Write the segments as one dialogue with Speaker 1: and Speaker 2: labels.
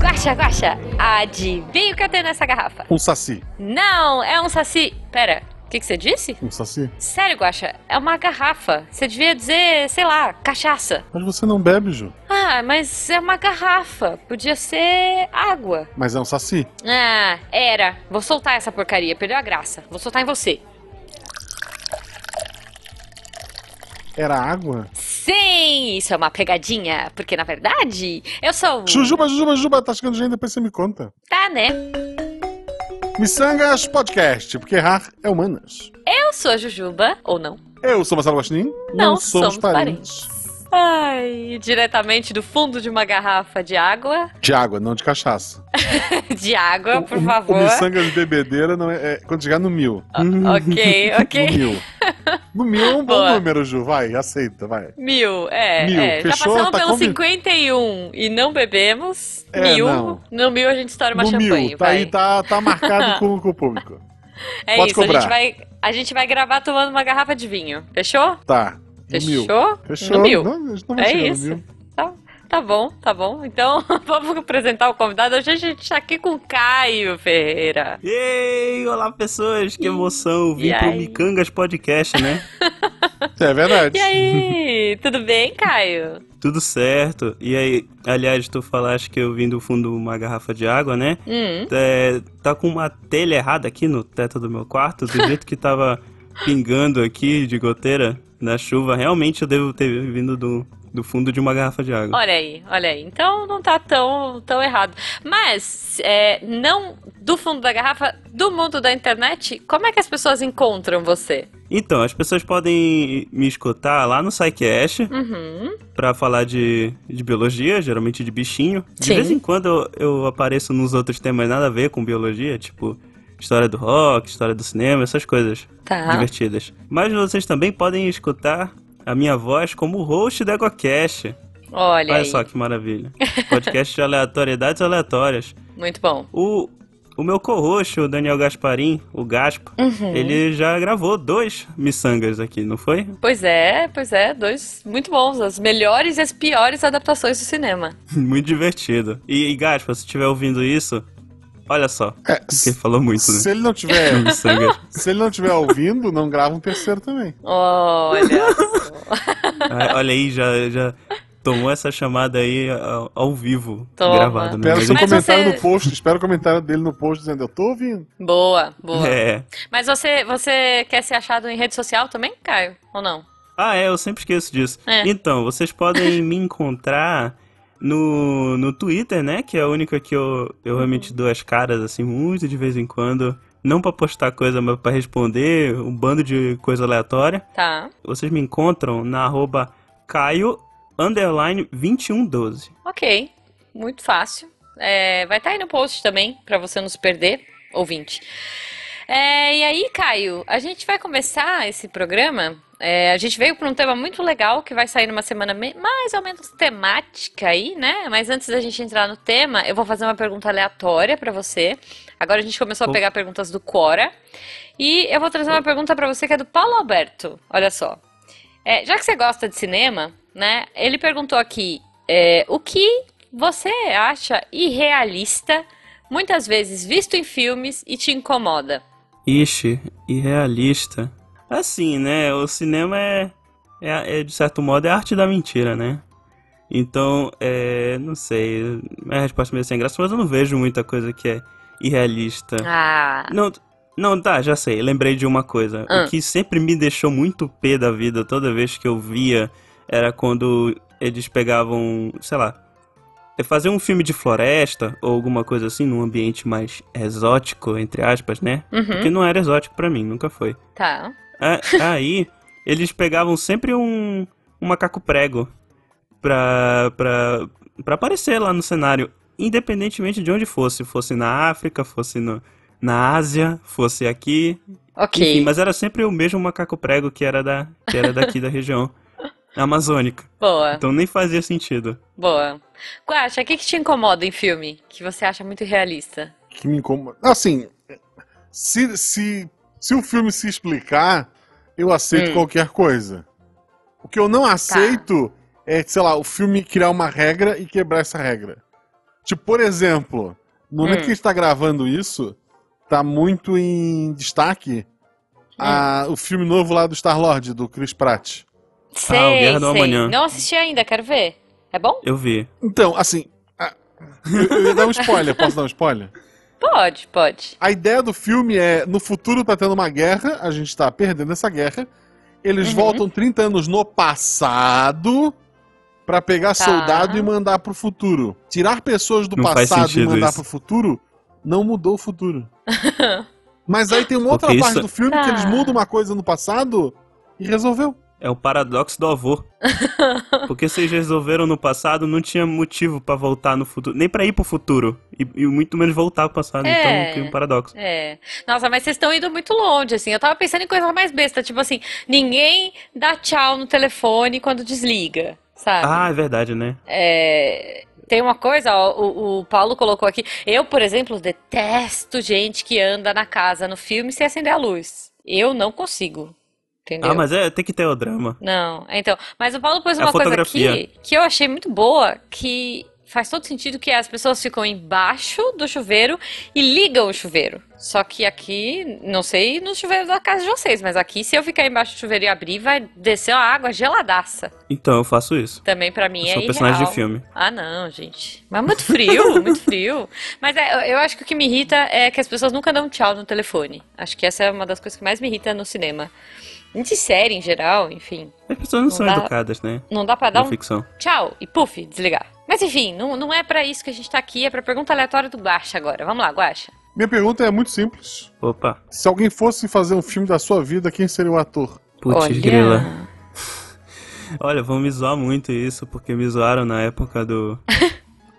Speaker 1: Guaxa, guaxa, adivinha o que tem nessa garrafa?
Speaker 2: Um saci.
Speaker 1: Não, é um saci. Pera, o que, que você disse?
Speaker 2: Um saci?
Speaker 1: Sério, Guaxa, é uma garrafa. Você devia dizer, sei lá, cachaça.
Speaker 2: Mas você não bebe, Ju.
Speaker 1: Ah, mas é uma garrafa. Podia ser água.
Speaker 2: Mas é um saci.
Speaker 1: Ah, era. Vou soltar essa porcaria, perdeu a graça. Vou soltar em você.
Speaker 2: Era água?
Speaker 1: Sim, isso é uma pegadinha, porque na verdade eu sou. o-
Speaker 2: Jujuba, Jujuba, Jujuba, tá chegando gente, depois você me conta.
Speaker 1: Tá, né?
Speaker 2: Missangas Podcast, porque errar é humanas.
Speaker 1: Eu sou a Jujuba, ou não?
Speaker 2: Eu sou Marcelo Guaxinim.
Speaker 1: Não
Speaker 2: somos,
Speaker 1: somos
Speaker 2: parentes.
Speaker 1: Ai, diretamente do fundo de uma garrafa de água.
Speaker 2: De água, não de cachaça.
Speaker 1: De água,
Speaker 2: O-
Speaker 1: por
Speaker 2: o-
Speaker 1: favor.
Speaker 2: O Missangas Bebedeira não é, é quando chegar no mil.
Speaker 1: Ah, ok, ok.
Speaker 2: No mil. No mil é um bom
Speaker 1: Boa.
Speaker 2: número, Ju. Vai, aceita, vai.
Speaker 1: Mil, é.
Speaker 2: Mil,
Speaker 1: é. Já
Speaker 2: fechou?
Speaker 1: passamos
Speaker 2: Tá
Speaker 1: pelo
Speaker 2: convi-
Speaker 1: 51 e não bebemos.
Speaker 2: É,
Speaker 1: mil.
Speaker 2: não.
Speaker 1: No mil a gente estoura uma
Speaker 2: no
Speaker 1: champanhe.
Speaker 2: mil, tá
Speaker 1: vai.
Speaker 2: aí, tá, tá marcado com, com o público.
Speaker 1: É
Speaker 2: Pode
Speaker 1: isso, a
Speaker 2: cobrar.
Speaker 1: gente, vai, a gente vai gravar tomando uma garrafa de vinho. Fechou?
Speaker 2: Tá. No mil.
Speaker 1: Fechou?
Speaker 2: Fechou. né?
Speaker 1: No mil.
Speaker 2: Não, a gente não vai chegar
Speaker 1: É
Speaker 2: no
Speaker 1: isso.
Speaker 2: mil.
Speaker 1: Tá, tá bom, tá bom. Então, vamos apresentar o convidado. Hoje a gente tá aqui com o Caio Ferreira.
Speaker 3: Ei, olá pessoas, que emoção! Vim
Speaker 1: E
Speaker 3: pro
Speaker 1: aí?
Speaker 3: Micangas Podcast, né?
Speaker 2: É verdade.
Speaker 1: E aí, tudo bem, Caio?
Speaker 3: Tudo certo. E aí, aliás, tu falaste que eu vim do fundo de uma garrafa de água, né?
Speaker 1: Hum,
Speaker 3: É, tá com uma telha errada aqui no teto do meu quarto, do jeito que tava pingando aqui de goteira na chuva. Realmente eu devo ter vindo do, do fundo de uma garrafa de água.
Speaker 1: olha aí, olha aí. Então não tá tão, tão errado. Mas, é, não do fundo da garrafa, do mundo da internet, como é que as pessoas encontram você?
Speaker 3: Então, as pessoas podem me escutar lá no SciCast,
Speaker 1: Uhum.
Speaker 3: Pra falar de, de biologia, geralmente de bichinho. De
Speaker 1: Sim.
Speaker 3: vez em quando eu, eu apareço nos outros temas nada a ver com biologia, tipo história do rock, história do cinema, essas coisas
Speaker 1: Tá.
Speaker 3: divertidas. Mas vocês também podem escutar a minha voz como host da EgoCast.
Speaker 1: Olha,
Speaker 3: Olha
Speaker 1: aí.
Speaker 3: só que maravilha. Podcast de aleatoriedades aleatórias.
Speaker 1: Muito bom.
Speaker 3: O, o meu co-host, o Daniel Gasparim, o Gaspo,
Speaker 1: Uhum.
Speaker 3: ele já gravou dois miçangas aqui, não foi?
Speaker 1: Pois é, pois é, dois muito bons, as melhores e as piores adaptações do cinema.
Speaker 3: Muito divertido. E, e Gaspa, se estiver ouvindo isso, olha só.
Speaker 2: É,
Speaker 3: Porque falou muito, né?
Speaker 2: se ele não tiver
Speaker 3: Miçangas.
Speaker 2: Se ele não estiver ouvindo, não grava um terceiro também.
Speaker 1: Olha só.
Speaker 3: Ah, Olha aí, já, já tomou essa chamada aí ao, ao vivo,
Speaker 1: Toma. é
Speaker 3: gravado. né?
Speaker 2: Espero
Speaker 3: Mas
Speaker 2: seu
Speaker 1: Mas
Speaker 3: ele-
Speaker 2: comentário
Speaker 1: você-
Speaker 2: no post. Espero o comentário dele no post dizendo eu tô ouvindo.
Speaker 1: Boa, boa.
Speaker 3: É.
Speaker 1: Mas você, você quer ser achado em rede social também, Caio? Ou não?
Speaker 3: Ah, é, eu sempre esqueço disso.
Speaker 1: É.
Speaker 3: Então, vocês podem me encontrar no, no Twitter, né? Que é a única que eu, eu realmente dou as caras, assim, muito de vez em quando. Não pra postar coisa, mas pra responder um bando de coisa aleatória.
Speaker 1: Tá.
Speaker 3: Vocês me encontram na arroba Caio underline 2112.
Speaker 1: Ok. Muito fácil. É, vai estar aí no post também, pra você não se perder, ouvinte. É, e aí, Caio, a gente vai começar esse programa. É, a gente veio para um tema muito legal que vai sair numa semana me- mais ou menos temática aí, né? Mas antes da gente entrar no tema, eu vou fazer uma pergunta aleatória pra você. Agora a gente começou a
Speaker 3: Oh.
Speaker 1: pegar perguntas do Quora. E eu vou trazer uma pergunta pra você que é do Paulo Alberto. Olha só. É, já que você gosta de cinema, né? Ele perguntou aqui: é, o que você acha irrealista, muitas vezes visto em filmes e te incomoda?
Speaker 3: Ixi, irrealista. Assim, né? O cinema é, é, é, de certo modo, é a arte da mentira, né? Então, é, não sei. Minha resposta é meio sem graça, mas eu não vejo muita coisa que é irrealista.
Speaker 1: Ah,
Speaker 3: Não, não, tá, já sei. Lembrei de uma coisa.
Speaker 1: Ah.
Speaker 3: O que sempre me deixou muito pé da vida toda vez que eu via era quando eles pegavam, sei lá, fazer um filme de floresta ou alguma coisa assim, num ambiente mais exótico, entre aspas, né? Porque
Speaker 1: uhum,
Speaker 3: não era exótico pra mim, nunca foi.
Speaker 1: tá.
Speaker 3: A- Aí, eles pegavam sempre um, um macaco prego pra, pra, pra aparecer lá no cenário, independentemente de onde fosse. Fosse na África, fosse no, na Ásia, fosse aqui.
Speaker 1: Ok.
Speaker 3: Mas era sempre o mesmo macaco prego que era, da, que era daqui da região amazônica.
Speaker 1: Boa,
Speaker 3: Então nem fazia sentido.
Speaker 1: boa. Guaxa, o que, que te incomoda em filme que você acha muito irrealista?
Speaker 2: Que me incomoda. Assim, se, se, se o filme se explicar, eu aceito
Speaker 1: Hum.
Speaker 2: qualquer coisa. O que eu não aceito é, sei lá, o filme criar uma regra e quebrar essa regra. Tipo, por exemplo, no momento que a gente tá gravando isso, tá muito em destaque a- o filme novo lá do Star-Lord, do Chris Pratt.
Speaker 1: Sei,
Speaker 3: Ah, Guerra do
Speaker 1: sei.
Speaker 3: Amanhã.
Speaker 1: Não assisti ainda, quero ver. É bom?
Speaker 3: Eu vi.
Speaker 2: Então, assim. a- Eu, eu ia dar um spoiler, posso dar um spoiler?
Speaker 1: Pode, pode.
Speaker 2: A ideia do filme é: no futuro tá tendo uma guerra, a gente tá perdendo essa guerra. Eles
Speaker 1: Uhum.
Speaker 2: voltam 30 anos no passado pra pegar
Speaker 1: Tá.
Speaker 2: soldado e mandar pro futuro. Tirar pessoas do
Speaker 3: Não faz
Speaker 2: passado e
Speaker 3: sentido
Speaker 2: mandar
Speaker 3: isso.
Speaker 2: pro futuro não mudou o futuro. Mas aí tem uma outra
Speaker 3: Porque
Speaker 2: parte
Speaker 3: isso-
Speaker 2: do filme que eles
Speaker 1: Tá.
Speaker 2: mudam uma coisa no passado e resolveu.
Speaker 3: É o paradoxo do avô. Porque vocês resolveram no passado, não tinha motivo pra voltar no futuro. Nem pra ir pro futuro. E, e muito menos voltar pro passado.
Speaker 1: É.
Speaker 3: Então cria um paradoxo.
Speaker 1: É. Nossa, mas vocês estão indo muito longe, assim. Eu tava pensando em coisa mais besta, tipo assim, ninguém dá tchau no telefone quando desliga, sabe?
Speaker 3: Ah, é verdade, né?
Speaker 1: É, tem uma coisa, ó, o, o Paulo colocou aqui. Eu, por exemplo, detesto gente que anda na casa no filme sem acender a luz. Eu não consigo, entendeu?
Speaker 3: Ah, mas é, tem que ter o drama.
Speaker 1: Não, é, então. Mas o Paulo pôs
Speaker 3: É a
Speaker 1: uma coisa
Speaker 3: fotografia.
Speaker 1: aqui que eu achei muito boa, que faz todo sentido que é, as pessoas ficam embaixo do chuveiro e ligam o chuveiro. Só que aqui, não sei no chuveiro da casa de vocês, mas aqui se eu ficar embaixo do chuveiro e abrir, vai descer uma água geladaça.
Speaker 3: Então eu faço isso.
Speaker 1: Também pra mim
Speaker 3: Eu
Speaker 1: é
Speaker 3: sou um personagem
Speaker 1: irreal.
Speaker 3: de filme.
Speaker 1: Ah, não, gente. Mas muito frio, muito frio. Mas é, eu acho que o que me irrita é que as pessoas nunca dão tchau no telefone. Acho que essa é uma das coisas que mais me irrita no cinema. E De série em geral, enfim.
Speaker 3: As pessoas não,
Speaker 1: Não
Speaker 3: são
Speaker 1: dá-
Speaker 3: educadas, né?
Speaker 1: Não dá pra dar
Speaker 3: Na
Speaker 1: um
Speaker 3: ficção.
Speaker 1: tchau e puf, desligar. Mas enfim, não, não é pra isso que a gente tá aqui, é pra pergunta aleatória do Guaxa agora. Vamos lá, Guaxa.
Speaker 2: Minha pergunta é muito simples.
Speaker 3: Opa,
Speaker 2: Se alguém fosse fazer um filme da sua vida, quem seria o ator?
Speaker 3: putz
Speaker 1: Olha.
Speaker 3: grila. Olha, vão me zoar muito isso, porque me zoaram na época do.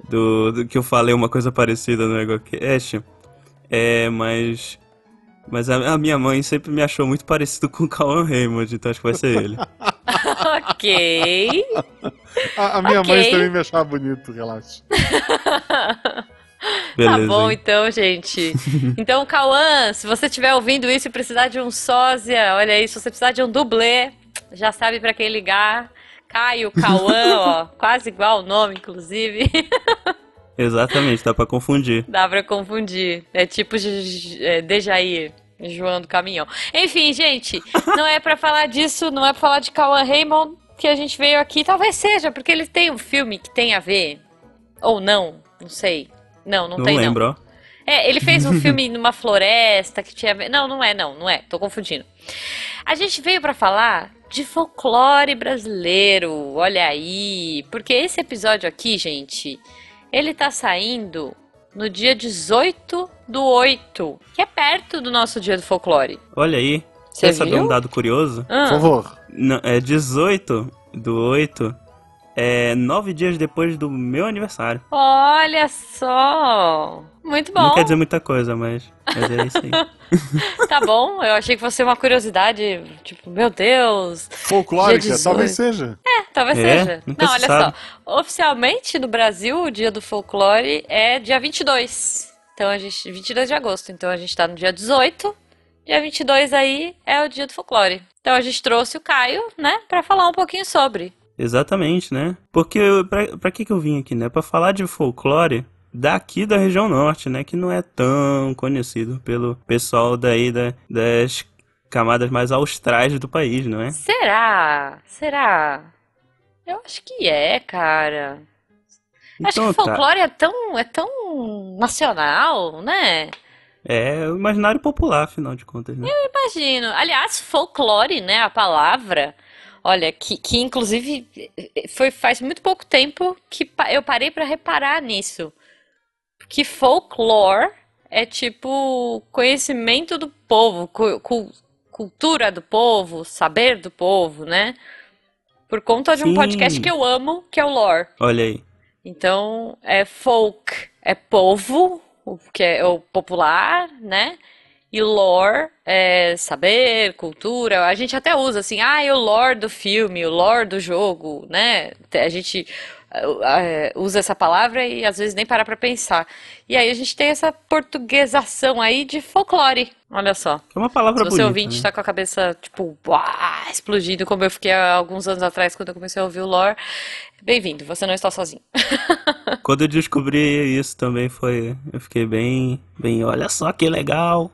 Speaker 3: do, do que eu falei uma coisa parecida no EgoCast. É, mas. Mas a, a minha mãe sempre me achou muito parecido com o Cauan Raymond, então acho que vai ser ele.
Speaker 1: Tá ok.
Speaker 2: A, a minha
Speaker 1: Ok.
Speaker 2: mãe também me achava bonito, relaxa.
Speaker 1: Tá
Speaker 3: Beleza.
Speaker 1: bom,
Speaker 3: hein?
Speaker 1: então, gente. Então, Cauã, se você estiver ouvindo isso e precisar de um sósia, olha aí, se você precisar de um dublê, já sabe pra quem ligar. Caio, Cauã, ó, quase igual o nome, inclusive.
Speaker 3: Exatamente, dá pra confundir.
Speaker 1: Dá pra confundir. É tipo J- J- é, Dejair, João do Caminhão. Enfim, gente, não é pra falar disso, não é pra falar de Cauã Raymond que a gente veio aqui. Talvez seja, porque ele tem um filme que tem a ver. Ou não, não sei. Não, não,
Speaker 3: Não,
Speaker 1: tem, não.
Speaker 3: lembro, ó.
Speaker 1: É, ele fez um filme numa floresta que tinha. a ver- Não, não é, não, não é. Tô confundindo. A gente veio pra falar de folclore brasileiro. Olha aí, porque esse episódio aqui, gente, ele tá saindo no dia 18 do 8, que é perto do nosso dia do folclore.
Speaker 3: Olha aí.
Speaker 1: Você
Speaker 3: Quer saber um
Speaker 1: viu?
Speaker 3: dado curioso?
Speaker 1: Ah,
Speaker 2: Por favor.
Speaker 3: Não, é 18 do 8. É nove dias depois do meu aniversário.
Speaker 1: olha só. Muito bom.
Speaker 3: Não quer dizer muita coisa, mas, mas é isso aí.
Speaker 1: Tá bom. Eu achei que fosse uma curiosidade, tipo, meu Deus, Dia
Speaker 2: Folclórica,
Speaker 1: 18.
Speaker 2: talvez seja.
Speaker 1: Talvez
Speaker 3: É?
Speaker 1: seja.
Speaker 3: Nunca
Speaker 1: Não,
Speaker 3: se
Speaker 1: olha
Speaker 3: sabe.
Speaker 1: só. Oficialmente no Brasil, o dia do folclore é dia 22. Então a gente 22 de agosto. Então a gente tá no dia 18. Dia 22 aí é o dia do folclore. Então a gente trouxe o Caio, né, Pra falar um pouquinho sobre.
Speaker 3: Exatamente, né? Porque eu- pra, pra que que eu vim aqui, né? Pra falar de folclore daqui da região norte, né? Que não é tão conhecido pelo pessoal daí da- das camadas mais austrais do país, não é?
Speaker 1: Será? Será? Eu acho que é, cara. Eu
Speaker 3: Então,
Speaker 1: acho que
Speaker 3: tá.
Speaker 1: folclore é tão é tão nacional, né?
Speaker 3: É o imaginário popular, afinal de contas, né?
Speaker 1: Imagino. Aliás, folclore, né, a palavra, olha, que, que inclusive foi faz muito pouco tempo que pa- eu parei pra reparar nisso. Que folclore é tipo conhecimento do povo, cu- cu- cultura do povo, saber do povo, né? Por conta de um
Speaker 3: Sim.
Speaker 1: podcast que eu amo, que é o Lore.
Speaker 3: Olha aí.
Speaker 1: Então, é folk, é povo, o que é o popular, né? E lore é saber, cultura. A gente até usa assim, ah, é o lore do filme, o lore do jogo, né? Te- A gente eh, usa essa palavra e às vezes nem para pra pensar. E aí a gente tem essa portuguesação aí de folclore. Olha só.
Speaker 3: É uma palavra
Speaker 1: Se você
Speaker 3: bonita.
Speaker 1: ouvinte
Speaker 3: né?
Speaker 1: está com a cabeça, tipo, uá, explodindo, como eu fiquei há alguns anos atrás quando eu comecei a ouvir o lore, bem-vindo, você não está sozinho. tá?
Speaker 3: Quando eu descobri isso também foi. Eu fiquei bem. bem, olha só que legal.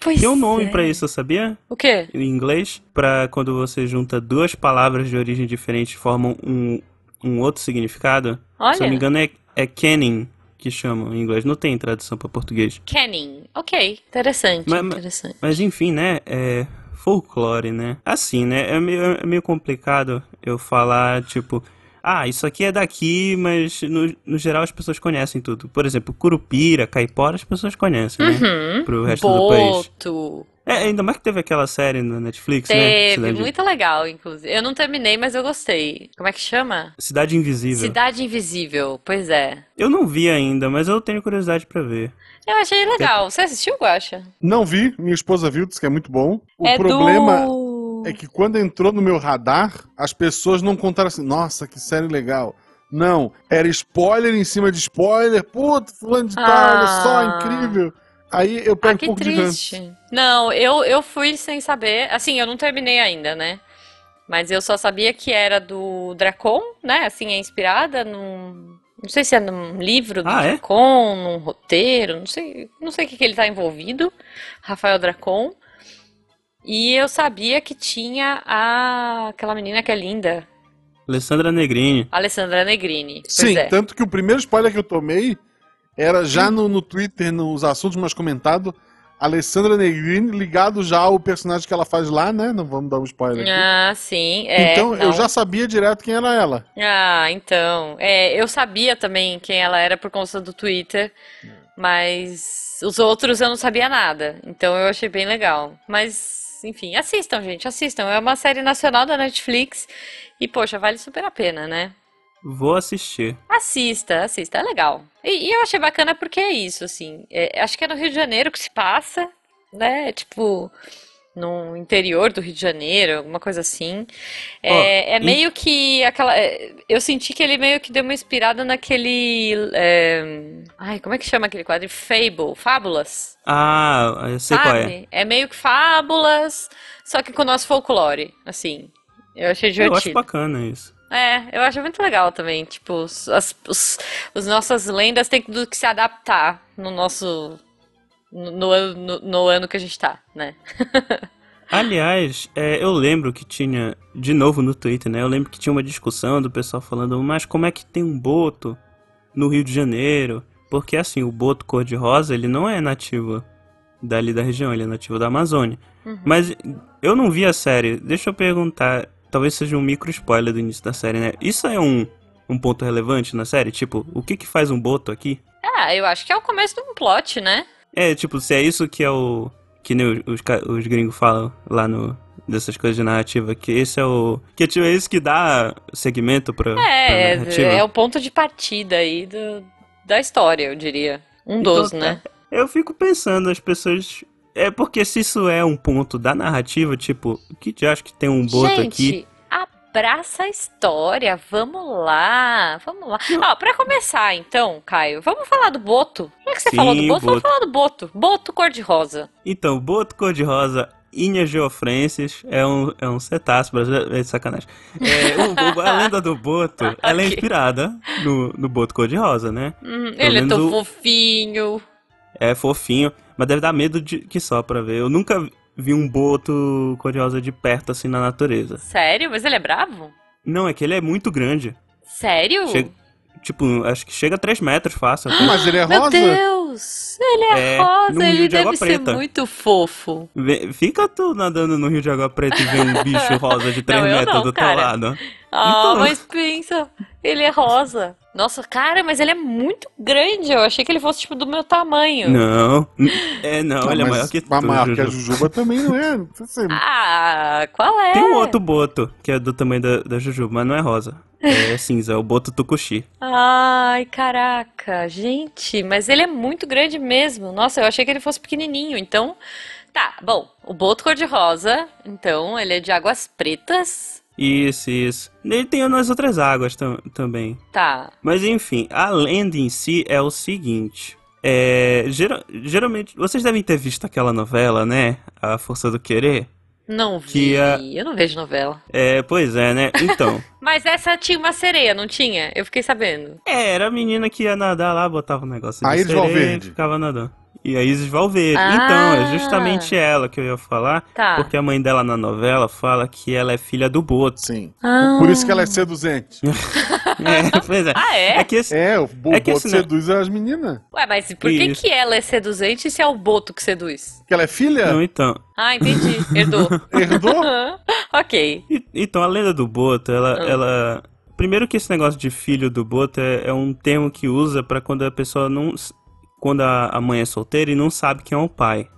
Speaker 1: Pois
Speaker 3: Tem um nome
Speaker 1: é.
Speaker 3: pra isso, sabia?
Speaker 1: O quê?
Speaker 3: Em inglês, pra quando você junta duas palavras de origem diferente e formam um, um outro significado. Se eu não me
Speaker 1: Olha,
Speaker 3: engano, é, é canon que chamam em inglês. Não tem tradução pra português.
Speaker 1: Canning. Ok, interessante,
Speaker 3: Mas- mas-
Speaker 1: interessante.
Speaker 3: Mas enfim, né? É folclore, né? Assim, né? É meio, é meio complicado eu falar, tipo, ah, isso aqui é daqui, mas no, no geral as pessoas conhecem tudo. Por exemplo, curupira, caipora, as pessoas conhecem, né?
Speaker 1: Uhum.
Speaker 3: Pro resto do país.
Speaker 1: Boto.
Speaker 3: É, ainda mais que teve aquela série na Netflix, né?
Speaker 1: Teve,
Speaker 3: Cidade,
Speaker 1: muito legal, inclusive. Eu não terminei, mas eu gostei. Como é que chama?
Speaker 3: Cidade Invisível.
Speaker 1: Cidade Invisível, pois é.
Speaker 3: Eu não vi ainda, mas eu tenho curiosidade pra ver.
Speaker 1: Eu achei legal. Você assistiu, Guaxa?
Speaker 2: Não vi, minha esposa viu, disse que é muito bom. O
Speaker 1: É
Speaker 2: problema
Speaker 1: do.
Speaker 2: é que quando entrou no meu radar, as pessoas não contaram assim, nossa, que série legal. Não, era spoiler em cima de spoiler, puta, fulano de tal, olha só,
Speaker 1: Ah.
Speaker 2: incrível. Aí eu
Speaker 1: Ah,
Speaker 2: pego um
Speaker 1: que
Speaker 2: pouco de ranço.
Speaker 1: triste. Não, eu, eu fui sem saber. Assim, eu não terminei ainda, né? Mas eu só sabia que era do Dracon, né? Assim, é inspirada num. Não sei se é num livro do
Speaker 3: Ah, é?
Speaker 1: Dracon, num roteiro, não sei, não sei o que, que ele tá envolvido, Rafael Dracon. E eu sabia que tinha a... aquela menina que é linda,
Speaker 3: Alessandra Negrini.
Speaker 1: Alessandra Negrini. Pois
Speaker 2: Sim,
Speaker 1: é. Hum.
Speaker 2: tanto que o primeiro spoiler que eu tomei era já no, no Twitter, nos assuntos mais comentados, Alessandra Negrini ligado já ao personagem que ela faz lá, né? Não vamos dar um spoiler aqui.
Speaker 1: Ah, sim. é,
Speaker 2: Então eu
Speaker 1: não.
Speaker 2: já sabia direto quem era ela.
Speaker 1: Ah, então. É, eu sabia também quem ela era por conta do Twitter, mas os outros eu não sabia nada. Então eu achei bem legal. Mas, enfim, assistam, gente, assistam. É uma série nacional da Netflix e, poxa, vale super a pena, né?
Speaker 3: Vou assistir.
Speaker 1: Assista, assista, é legal. E, e eu achei bacana porque é isso, assim. é, acho que é no Rio de Janeiro que se passa, né? Tipo, no interior do Rio de Janeiro, alguma coisa assim.
Speaker 3: Ó,
Speaker 1: É, é
Speaker 3: em-
Speaker 1: meio que aquela. é, eu senti que ele meio que deu uma inspirada naquele. é, ai, como é que chama aquele quadro? Fable, Fábulas,
Speaker 3: Ah, eu sei qual é.
Speaker 1: sabe? É meio que Fábulas, só que com o nosso folclore, assim. Eu achei
Speaker 3: Eu acho
Speaker 1: divertido.
Speaker 3: bacana isso.
Speaker 1: É, eu acho muito legal também. Tipo, os, as os, os nossas lendas têm tudo que se adaptar no nosso. No, no, ano- no, no ano que a gente tá, né?
Speaker 3: Aliás, é, eu lembro que tinha, de novo no Twitter, né? Eu lembro que tinha uma discussão do pessoal falando, mas como é que tem um boto no Rio de Janeiro? Porque assim, o boto cor-de-rosa, ele não é nativo dali da região, ele é nativo da Amazônia.
Speaker 1: Uhum.
Speaker 3: Mas eu não vi a série. Deixa eu perguntar, talvez seja um micro spoiler do início da série, né? Isso é um, um ponto relevante na série? Tipo, o que que faz um boto aqui?
Speaker 1: Ah, eu acho que é o começo de um plot, né?
Speaker 3: É, tipo, se é isso que é o. Que nem os, os ca- os gringos falam lá no. Dessas coisas de narrativa, que esse é o. Que tipo, é isso que dá segmento pra, pra
Speaker 1: É,
Speaker 3: narrativa.
Speaker 1: é, é o ponto de partida aí do, da história, eu diria. Um dos,
Speaker 3: Então,
Speaker 1: né?
Speaker 3: Eu fico pensando, as pessoas. É porque se isso é um ponto da narrativa, tipo, que de acho que tem um boto aqui.
Speaker 1: Gente, abraça a história, vamos lá, vamos lá. Ó, pra começar então, Caio, vamos falar do Boto. Já que você
Speaker 3: Sim,
Speaker 1: falou do Boto, vamos
Speaker 3: Boto.
Speaker 1: falar do Boto. Boto cor-de-rosa.
Speaker 3: Então, boto cor-de-rosa, Inha Geofrances, é um, é um cetáceo brasileiro. É de sacanagem. É, o- o- a lenda do boto, ela é
Speaker 1: Ok.
Speaker 3: inspirada no, no boto cor-de-rosa, né?
Speaker 1: Hum,
Speaker 3: Pelo
Speaker 1: ele é
Speaker 3: menos
Speaker 1: tão
Speaker 3: o-
Speaker 1: fofinho.
Speaker 3: É fofinho, mas deve dar medo de que só pra ver. Eu nunca vi um boto cor-de-rosa de perto assim na natureza.
Speaker 1: Sério? Mas ele é bravo?
Speaker 3: Não, é que ele é muito grande.
Speaker 1: Sério?
Speaker 3: Chega, tipo, acho que chega a 3 metros fácil. até.
Speaker 2: Mas ele é
Speaker 1: Meu
Speaker 2: rosa?
Speaker 1: Deus! Ele Ah, é,
Speaker 3: É, num
Speaker 1: rosa,
Speaker 3: rio
Speaker 1: ele
Speaker 3: de água
Speaker 1: deve ser
Speaker 3: preta.
Speaker 1: muito fofo.
Speaker 3: Vê- Fica tu nadando no rio de água preta e vê um bicho rosa de 3
Speaker 1: Não, eu
Speaker 3: metros
Speaker 1: não,
Speaker 3: do teu
Speaker 1: cara.
Speaker 3: lado.
Speaker 1: Ah,
Speaker 3: Então.
Speaker 1: mas pensa, ele é rosa. Nossa, cara, mas ele é muito grande. Eu achei que ele fosse tipo do meu tamanho.
Speaker 3: Não. É, não,
Speaker 2: Ah,
Speaker 3: ele é
Speaker 2: mas-
Speaker 3: maior que
Speaker 2: mas
Speaker 3: tu,
Speaker 2: maior que a
Speaker 3: Juju.
Speaker 2: Jujuba também não é. Não precisa ser-
Speaker 1: Ah, qual é?
Speaker 3: Tem um outro boto, que é do tamanho da, da Juju, mas não é rosa. É cinza, é o boto tucuxi.
Speaker 1: Ai, caraca, gente, mas ele é muito grande mesmo. Nossa, eu achei que ele fosse pequenininho. Então, tá, bom, o boto cor-de-rosa, então ele é de águas pretas,
Speaker 3: Isso, isso. Ele tem nas outras águas tam- também.
Speaker 1: Tá.
Speaker 3: Mas enfim, a lenda em si é o seguinte. É, gera- geralmente, vocês devem ter visto aquela novela, né? A Força do Querer.
Speaker 1: Não
Speaker 3: Que
Speaker 1: vi.
Speaker 3: a-
Speaker 1: Eu não vejo novela.
Speaker 3: É, pois é, né? Então,
Speaker 1: Mas essa tinha uma sereia, não tinha? Eu fiquei sabendo.
Speaker 3: é, era a menina que ia nadar lá, botava um negócio de
Speaker 2: A Iris
Speaker 3: sereia e
Speaker 2: Valverde.
Speaker 3: ficava nadando. E a Isis Valverde.
Speaker 1: Ah!
Speaker 3: Então, é justamente ela que eu ia falar,
Speaker 1: Tá.
Speaker 3: porque a mãe dela na novela fala que ela é filha do Boto.
Speaker 2: Sim.
Speaker 1: Ah.
Speaker 2: Por isso que ela é seduzente.
Speaker 3: É, pois é.
Speaker 1: Ah, é?
Speaker 3: É que esse-
Speaker 2: É, o Bo-
Speaker 3: É que
Speaker 2: Boto
Speaker 3: esse não-
Speaker 2: seduz as meninas.
Speaker 1: Ué, mas por que,
Speaker 3: Isso.
Speaker 1: que ela é seduzente se é o Boto que seduz?
Speaker 2: Que ela é filha?
Speaker 3: Não, então.
Speaker 1: Ah, entendi. Herdou.
Speaker 2: Herdou?
Speaker 1: Aham. ok.
Speaker 3: E- Então, a lenda do Boto, ela,
Speaker 1: Ah.
Speaker 3: ela- Primeiro que esse negócio de filho do Boto é, é um termo que usa pra quando a pessoa não... s- Quando a, a mãe é solteira e não sabe quem é o pai.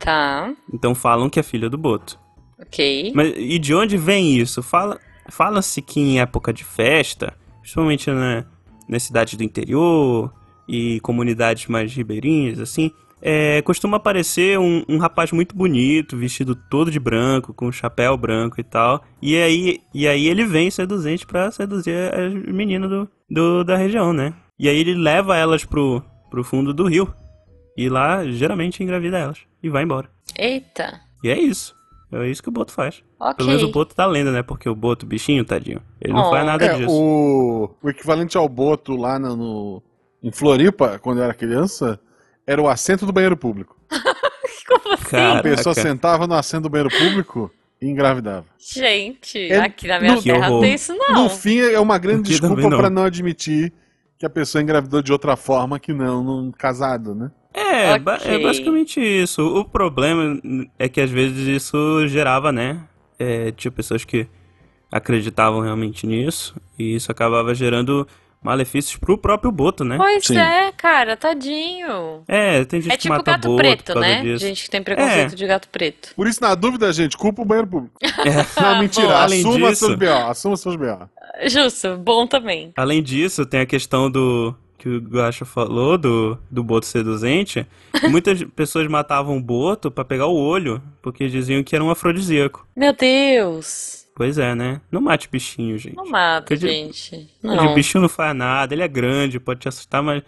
Speaker 1: Tá.
Speaker 3: Então falam que é filho do Boto.
Speaker 1: Ok.
Speaker 3: Mas, e de onde vem isso? Fala- Fala-se que em época de festa, principalmente na, na cidade do interior e comunidades mais ribeirinhas, assim, é, costuma aparecer um, um rapaz muito bonito, vestido todo de branco, com um chapéu branco e tal. E aí, e aí ele vem seduzente pra seduzir as meninas do, do- da região, né? E aí ele leva elas pro, pro fundo do rio. E lá, geralmente, engravida elas. E vai embora.
Speaker 1: Eita.
Speaker 3: E é isso. É isso que o Boto faz.
Speaker 1: Ok.
Speaker 3: Pelo menos o Boto tá lenda, né? Porque o Boto, bichinho, tadinho, ele não
Speaker 1: Oh.
Speaker 3: faz nada
Speaker 2: É,
Speaker 3: disso.
Speaker 2: o, o equivalente ao Boto lá no, no- em Floripa, quando eu era criança, era o assento do banheiro público.
Speaker 1: Como assim?
Speaker 2: A
Speaker 3: Caraca.
Speaker 2: pessoa sentava no assento do banheiro público e engravidava.
Speaker 1: Gente,
Speaker 2: É-
Speaker 1: aqui na minha
Speaker 3: Que
Speaker 1: terra não
Speaker 3: horror.
Speaker 1: tem isso não.
Speaker 2: No fim, é uma grande
Speaker 3: Aqui
Speaker 2: desculpa
Speaker 3: também não.
Speaker 2: pra não admitir que a pessoa engravidou de outra forma que não, num casado, né?
Speaker 3: É,
Speaker 1: Ok.
Speaker 3: ba- é basicamente isso. O problema é que às vezes isso gerava, né? É, tinha pessoas que acreditavam realmente nisso e isso acabava gerando malefícios pro próprio Boto, né?
Speaker 1: Pois
Speaker 2: Sim.
Speaker 1: é, cara, tadinho.
Speaker 3: É, tem gente
Speaker 1: É
Speaker 3: que
Speaker 1: tipo
Speaker 3: mata
Speaker 1: gato
Speaker 3: Boto por
Speaker 1: preto,
Speaker 3: causa
Speaker 1: né?
Speaker 3: disso.
Speaker 1: Gente que tem preconceito
Speaker 3: É.
Speaker 1: de gato preto.
Speaker 2: Por isso, na dúvida, gente, culpa o banheiro público.
Speaker 3: É.
Speaker 1: Ah,
Speaker 2: Não, mentira.
Speaker 3: Bom, além
Speaker 2: assuma
Speaker 3: disso-
Speaker 2: seus B.O. Assuma seus B.O.
Speaker 1: Justo, bom também.
Speaker 3: Além disso, tem a questão do que o Guacha falou do, do Boto seduzente. Muitas pessoas matavam o Boto pra pegar o olho, porque diziam que era um afrodisíaco.
Speaker 1: Meu Deus.
Speaker 3: Pois é, né? Não mate bichinho, gente.
Speaker 1: Não mata,
Speaker 3: Acredito-
Speaker 1: gente.
Speaker 3: O
Speaker 1: Não.
Speaker 3: bichinho não faz nada, ele é grande, pode te assustar, mas,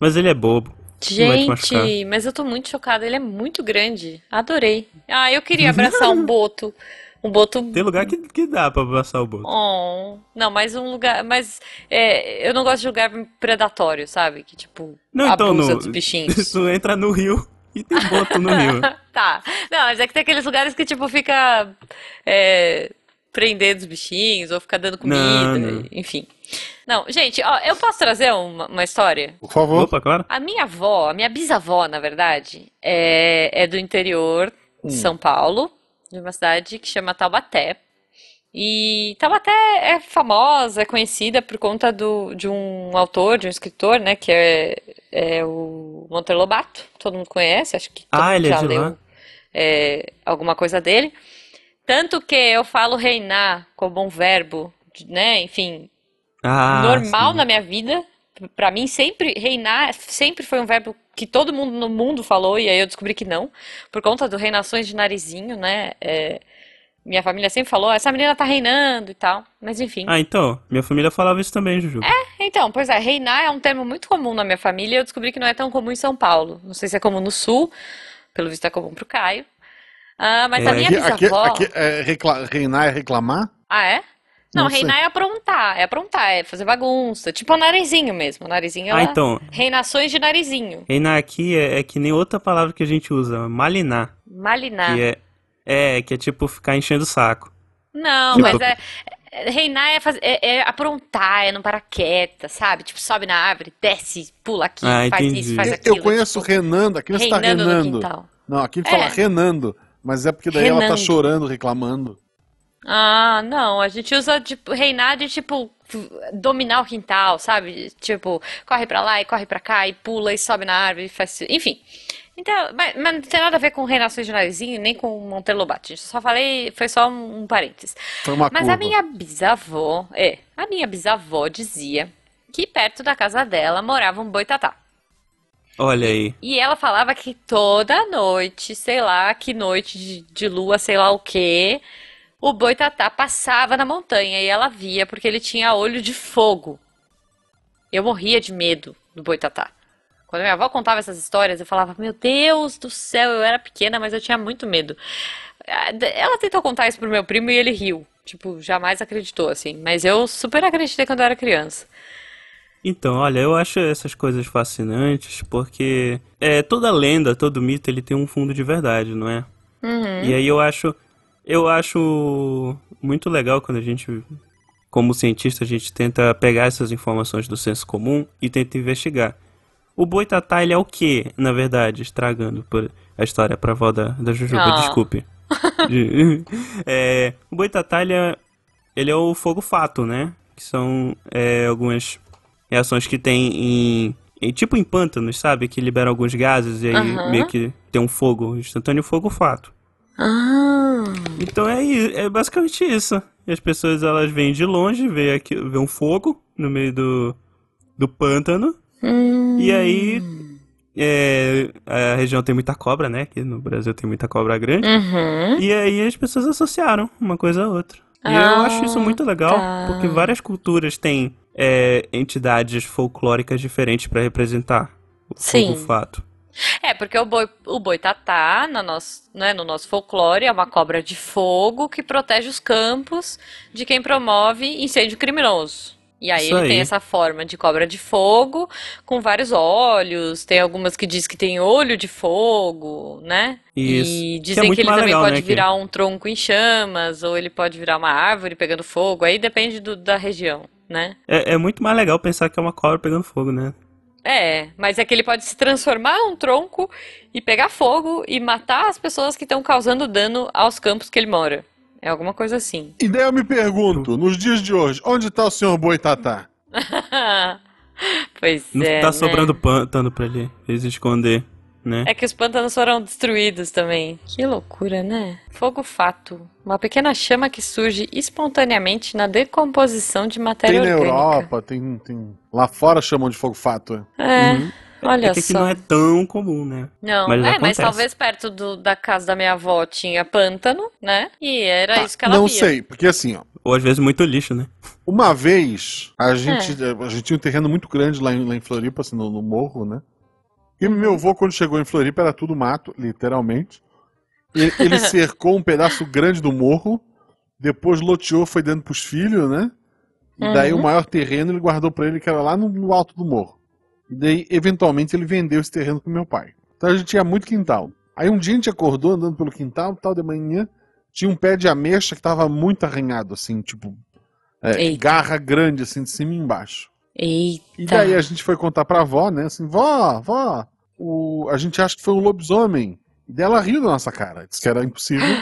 Speaker 3: mas ele é bobo. não vai te machucar.
Speaker 1: Gente, mas eu tô muito chocada. Ele é muito grande. Adorei. Ah, eu queria abraçar um boto. Um boto.
Speaker 3: Tem lugar que, que dá pra abraçar o boto.
Speaker 1: Oh. Não, mas um lugar. Mas é, eu não gosto de lugar predatório, sabe? Que tipo,
Speaker 3: Não, então
Speaker 1: abusa
Speaker 3: no,
Speaker 1: dos bichinhos.
Speaker 3: isso entra no rio e tem boto no rio.
Speaker 1: Tá. Não, mas é que tem aqueles lugares que, tipo, fica é, prendendo os bichinhos ou fica dando comida,
Speaker 3: Não, não.
Speaker 1: enfim. Não, gente, ó, eu posso trazer uma, uma história?
Speaker 2: Por favor.
Speaker 3: Opa, claro.
Speaker 1: A minha avó, a minha bisavó, na verdade, é, é do interior de
Speaker 3: Hum.
Speaker 1: São Paulo, de uma cidade que chama Taubaté. E Taubaté é famosa, é conhecida por conta do, de um autor, de um escritor, né, que é, é o Monteiro Lobato. Todo mundo conhece, acho que todo
Speaker 3: Ah,
Speaker 1: mundo
Speaker 3: ele é
Speaker 1: já
Speaker 3: de lá?
Speaker 1: leu é, alguma coisa dele. Tanto que eu falo reinar como um verbo, né, enfim,
Speaker 3: Ah,
Speaker 1: normal né?
Speaker 3: sim.
Speaker 1: na minha vida. Pra mim, sempre reinar sempre foi um verbo que todo mundo no mundo falou, e aí eu descobri que não, por conta do reinações de narizinho, né? É, minha família sempre falou, essa menina tá reinando e tal. Mas enfim.
Speaker 3: Ah, então, minha família falava isso também, Juju.
Speaker 1: Então, pois é, reinar é um termo muito comum na minha família, e eu descobri que não é tão comum em São Paulo. Não sei se é comum no sul, pelo visto é comum pro Caio. Ah, mas a
Speaker 3: É,
Speaker 1: minha
Speaker 2: Aqui- aqui-
Speaker 1: bisavó.
Speaker 2: aqui é recla- reinar é reclamar?
Speaker 1: Ah, é? Não,
Speaker 2: Não sei.
Speaker 1: reinar é aprontar, é aprontar, é fazer bagunça. Tipo a narizinho mesmo. A narizinho,
Speaker 3: Ah,
Speaker 1: ela.
Speaker 3: então,
Speaker 1: Reinações de narizinho.
Speaker 3: Reinar aqui é, é que nem outra palavra que a gente usa, malinar,
Speaker 1: Malinar.
Speaker 3: que é, é que é tipo ficar enchendo o saco.
Speaker 1: Não,
Speaker 3: Tipo-
Speaker 1: mas é. é- Reinar é, faz- é- é aprontar, é não parar quieta, sabe? Tipo, sobe na árvore, desce, pula aqui,
Speaker 3: Ah,
Speaker 1: faz
Speaker 3: entendi.
Speaker 1: isso, faz
Speaker 2: Eu-
Speaker 1: aquilo.
Speaker 2: eu conheço
Speaker 1: tipo,
Speaker 2: Renando, a criança tá
Speaker 1: reinando no
Speaker 2: renando.
Speaker 1: quintal.
Speaker 2: Não, aqui
Speaker 1: É.
Speaker 2: fala renando, mas é porque daí ela tá
Speaker 1: Renando.
Speaker 2: chorando, reclamando.
Speaker 1: Ah, não, a gente usa tipo, reinar de tipo f- dominar o quintal, sabe? Tipo, corre pra lá e corre pra cá e pula e sobe na árvore, e faz... enfim. Então, mas, mas não tem nada a ver com Reinações de Narizinho nem com Monteiro Lobato. gente. Eu só falei, foi só um, um parênteses.
Speaker 2: Foi uma
Speaker 1: Mas
Speaker 2: curva.
Speaker 1: a minha bisavó, é, a minha bisavó dizia que perto da casa dela morava um boitatá.
Speaker 3: Olha aí.
Speaker 1: E ela falava que toda noite, sei lá, que noite de, de lua, sei lá o quê, o Boitatá passava na montanha e ela via porque ele tinha olho de fogo. Eu morria de medo do Boitatá. Quando minha avó contava essas histórias, eu falava: Meu Deus do céu, eu era pequena, mas eu tinha muito medo. Ela tentou contar isso pro meu primo e ele riu. Tipo, jamais acreditou, assim. Mas eu super acreditei quando eu era criança.
Speaker 3: Então, olha, eu acho essas coisas fascinantes porque é, toda lenda, todo mito, ele tem um fundo de verdade, não é?
Speaker 1: Uhum.
Speaker 3: E aí eu acho, eu acho muito legal quando a gente, como cientista, a gente tenta pegar essas informações do senso comum e tenta investigar. O boitatá, ele é o que, na verdade, estragando por- a história pra avó da, da Jujuba,
Speaker 1: Ah.
Speaker 3: desculpe. De- É, o boitatá, ele é, ele é o fogo-fato, né? Que são é, algumas reações que tem em, em- Tipo em pântanos, sabe? Que liberam alguns gases e aí
Speaker 1: Aham.
Speaker 3: meio que tem um fogo instantâneo fogo-fato.
Speaker 1: Ah.
Speaker 3: Então é, i- é basicamente isso. E as pessoas, elas vêm de longe, vê, aqui, vê um fogo no meio do, do pântano.
Speaker 1: Hum.
Speaker 3: E aí, é, a região tem muita cobra, né? Aqui no Brasil tem muita cobra grande.
Speaker 1: Uhum.
Speaker 3: E aí as pessoas associaram uma coisa a outra. E eu
Speaker 1: Ah,
Speaker 3: acho isso muito legal,
Speaker 1: tá.
Speaker 3: porque várias culturas têm é, entidades folclóricas diferentes pra representar o
Speaker 1: Sim.
Speaker 3: fogo fato.
Speaker 1: É, porque o boi, o boitatá, no nosso, né, no nosso folclore, é uma cobra de fogo que protege os campos de quem promove incêndio criminoso. E aí
Speaker 3: Isso
Speaker 1: ele tem
Speaker 3: aí.
Speaker 1: essa forma de cobra de fogo com vários olhos, tem algumas que diz que tem olho de fogo, né?
Speaker 3: Isso.
Speaker 1: E
Speaker 3: que é
Speaker 1: dizem
Speaker 3: muito
Speaker 1: que ele
Speaker 3: mais
Speaker 1: também
Speaker 3: legal,
Speaker 1: pode
Speaker 3: né? Que...
Speaker 1: virar um tronco em chamas, ou ele pode virar uma árvore pegando fogo, aí depende do- da região, né?
Speaker 3: É, é muito mais legal pensar que é uma cobra pegando fogo, né?
Speaker 1: É, mas é que ele pode se transformar em um tronco e pegar fogo e matar as pessoas que estão causando dano aos campos que ele mora. É alguma coisa assim.
Speaker 2: E daí eu me pergunto, nos dias de hoje, onde tá o senhor Boitatá?
Speaker 1: Pois
Speaker 3: Não
Speaker 1: é,
Speaker 3: tá
Speaker 1: né?
Speaker 3: sobrando pântano pra ele, eles esconder, né?
Speaker 1: É que os pântanos foram destruídos também. Que loucura, né? Fogo fato. Uma pequena chama que surge espontaneamente na decomposição de matéria
Speaker 2: Tem na
Speaker 1: orgânica.
Speaker 2: Europa, tem, tem. Lá fora chamam de fogo fato. é.
Speaker 1: É,
Speaker 3: Uhum.
Speaker 1: olha
Speaker 3: É que aqui
Speaker 1: só.
Speaker 3: não é tão comum, né?
Speaker 1: Não,
Speaker 3: Mas
Speaker 1: é, mas
Speaker 3: acontece.
Speaker 1: talvez perto do- da casa da minha avó tinha pântano, né? E era isso que ela
Speaker 2: Ah, Não
Speaker 1: via.
Speaker 2: sei, porque assim, ó.
Speaker 3: Ou às vezes muito lixo, né?
Speaker 2: Uma vez, a gente, a gente tinha um terreno muito grande lá em, lá em Floripa, assim, no, no morro, né? E meu avô, quando chegou em Floripa, era tudo mato, literalmente. E- ele cercou um pedaço grande do morro, depois loteou, foi dando pros filhos, né? E daí
Speaker 1: Uhum.
Speaker 2: o maior terreno ele guardou pra ele, que era lá no, no alto do morro. E daí, eventualmente, ele vendeu esse terreno pro meu pai. Então a gente tinha muito quintal. Aí um dia a gente acordou andando pelo quintal, tal de manhã, tinha um pé de ameixa que tava muito arranhado, assim, tipo, é,
Speaker 1: Eita.
Speaker 2: garra grande, assim, de cima e embaixo. E
Speaker 1: Eita.
Speaker 2: daí a gente foi contar pra avó, né? Assim, vó, vó, o... a gente acha que foi um lobisomem. E daí ela riu da nossa cara, disse que era impossível,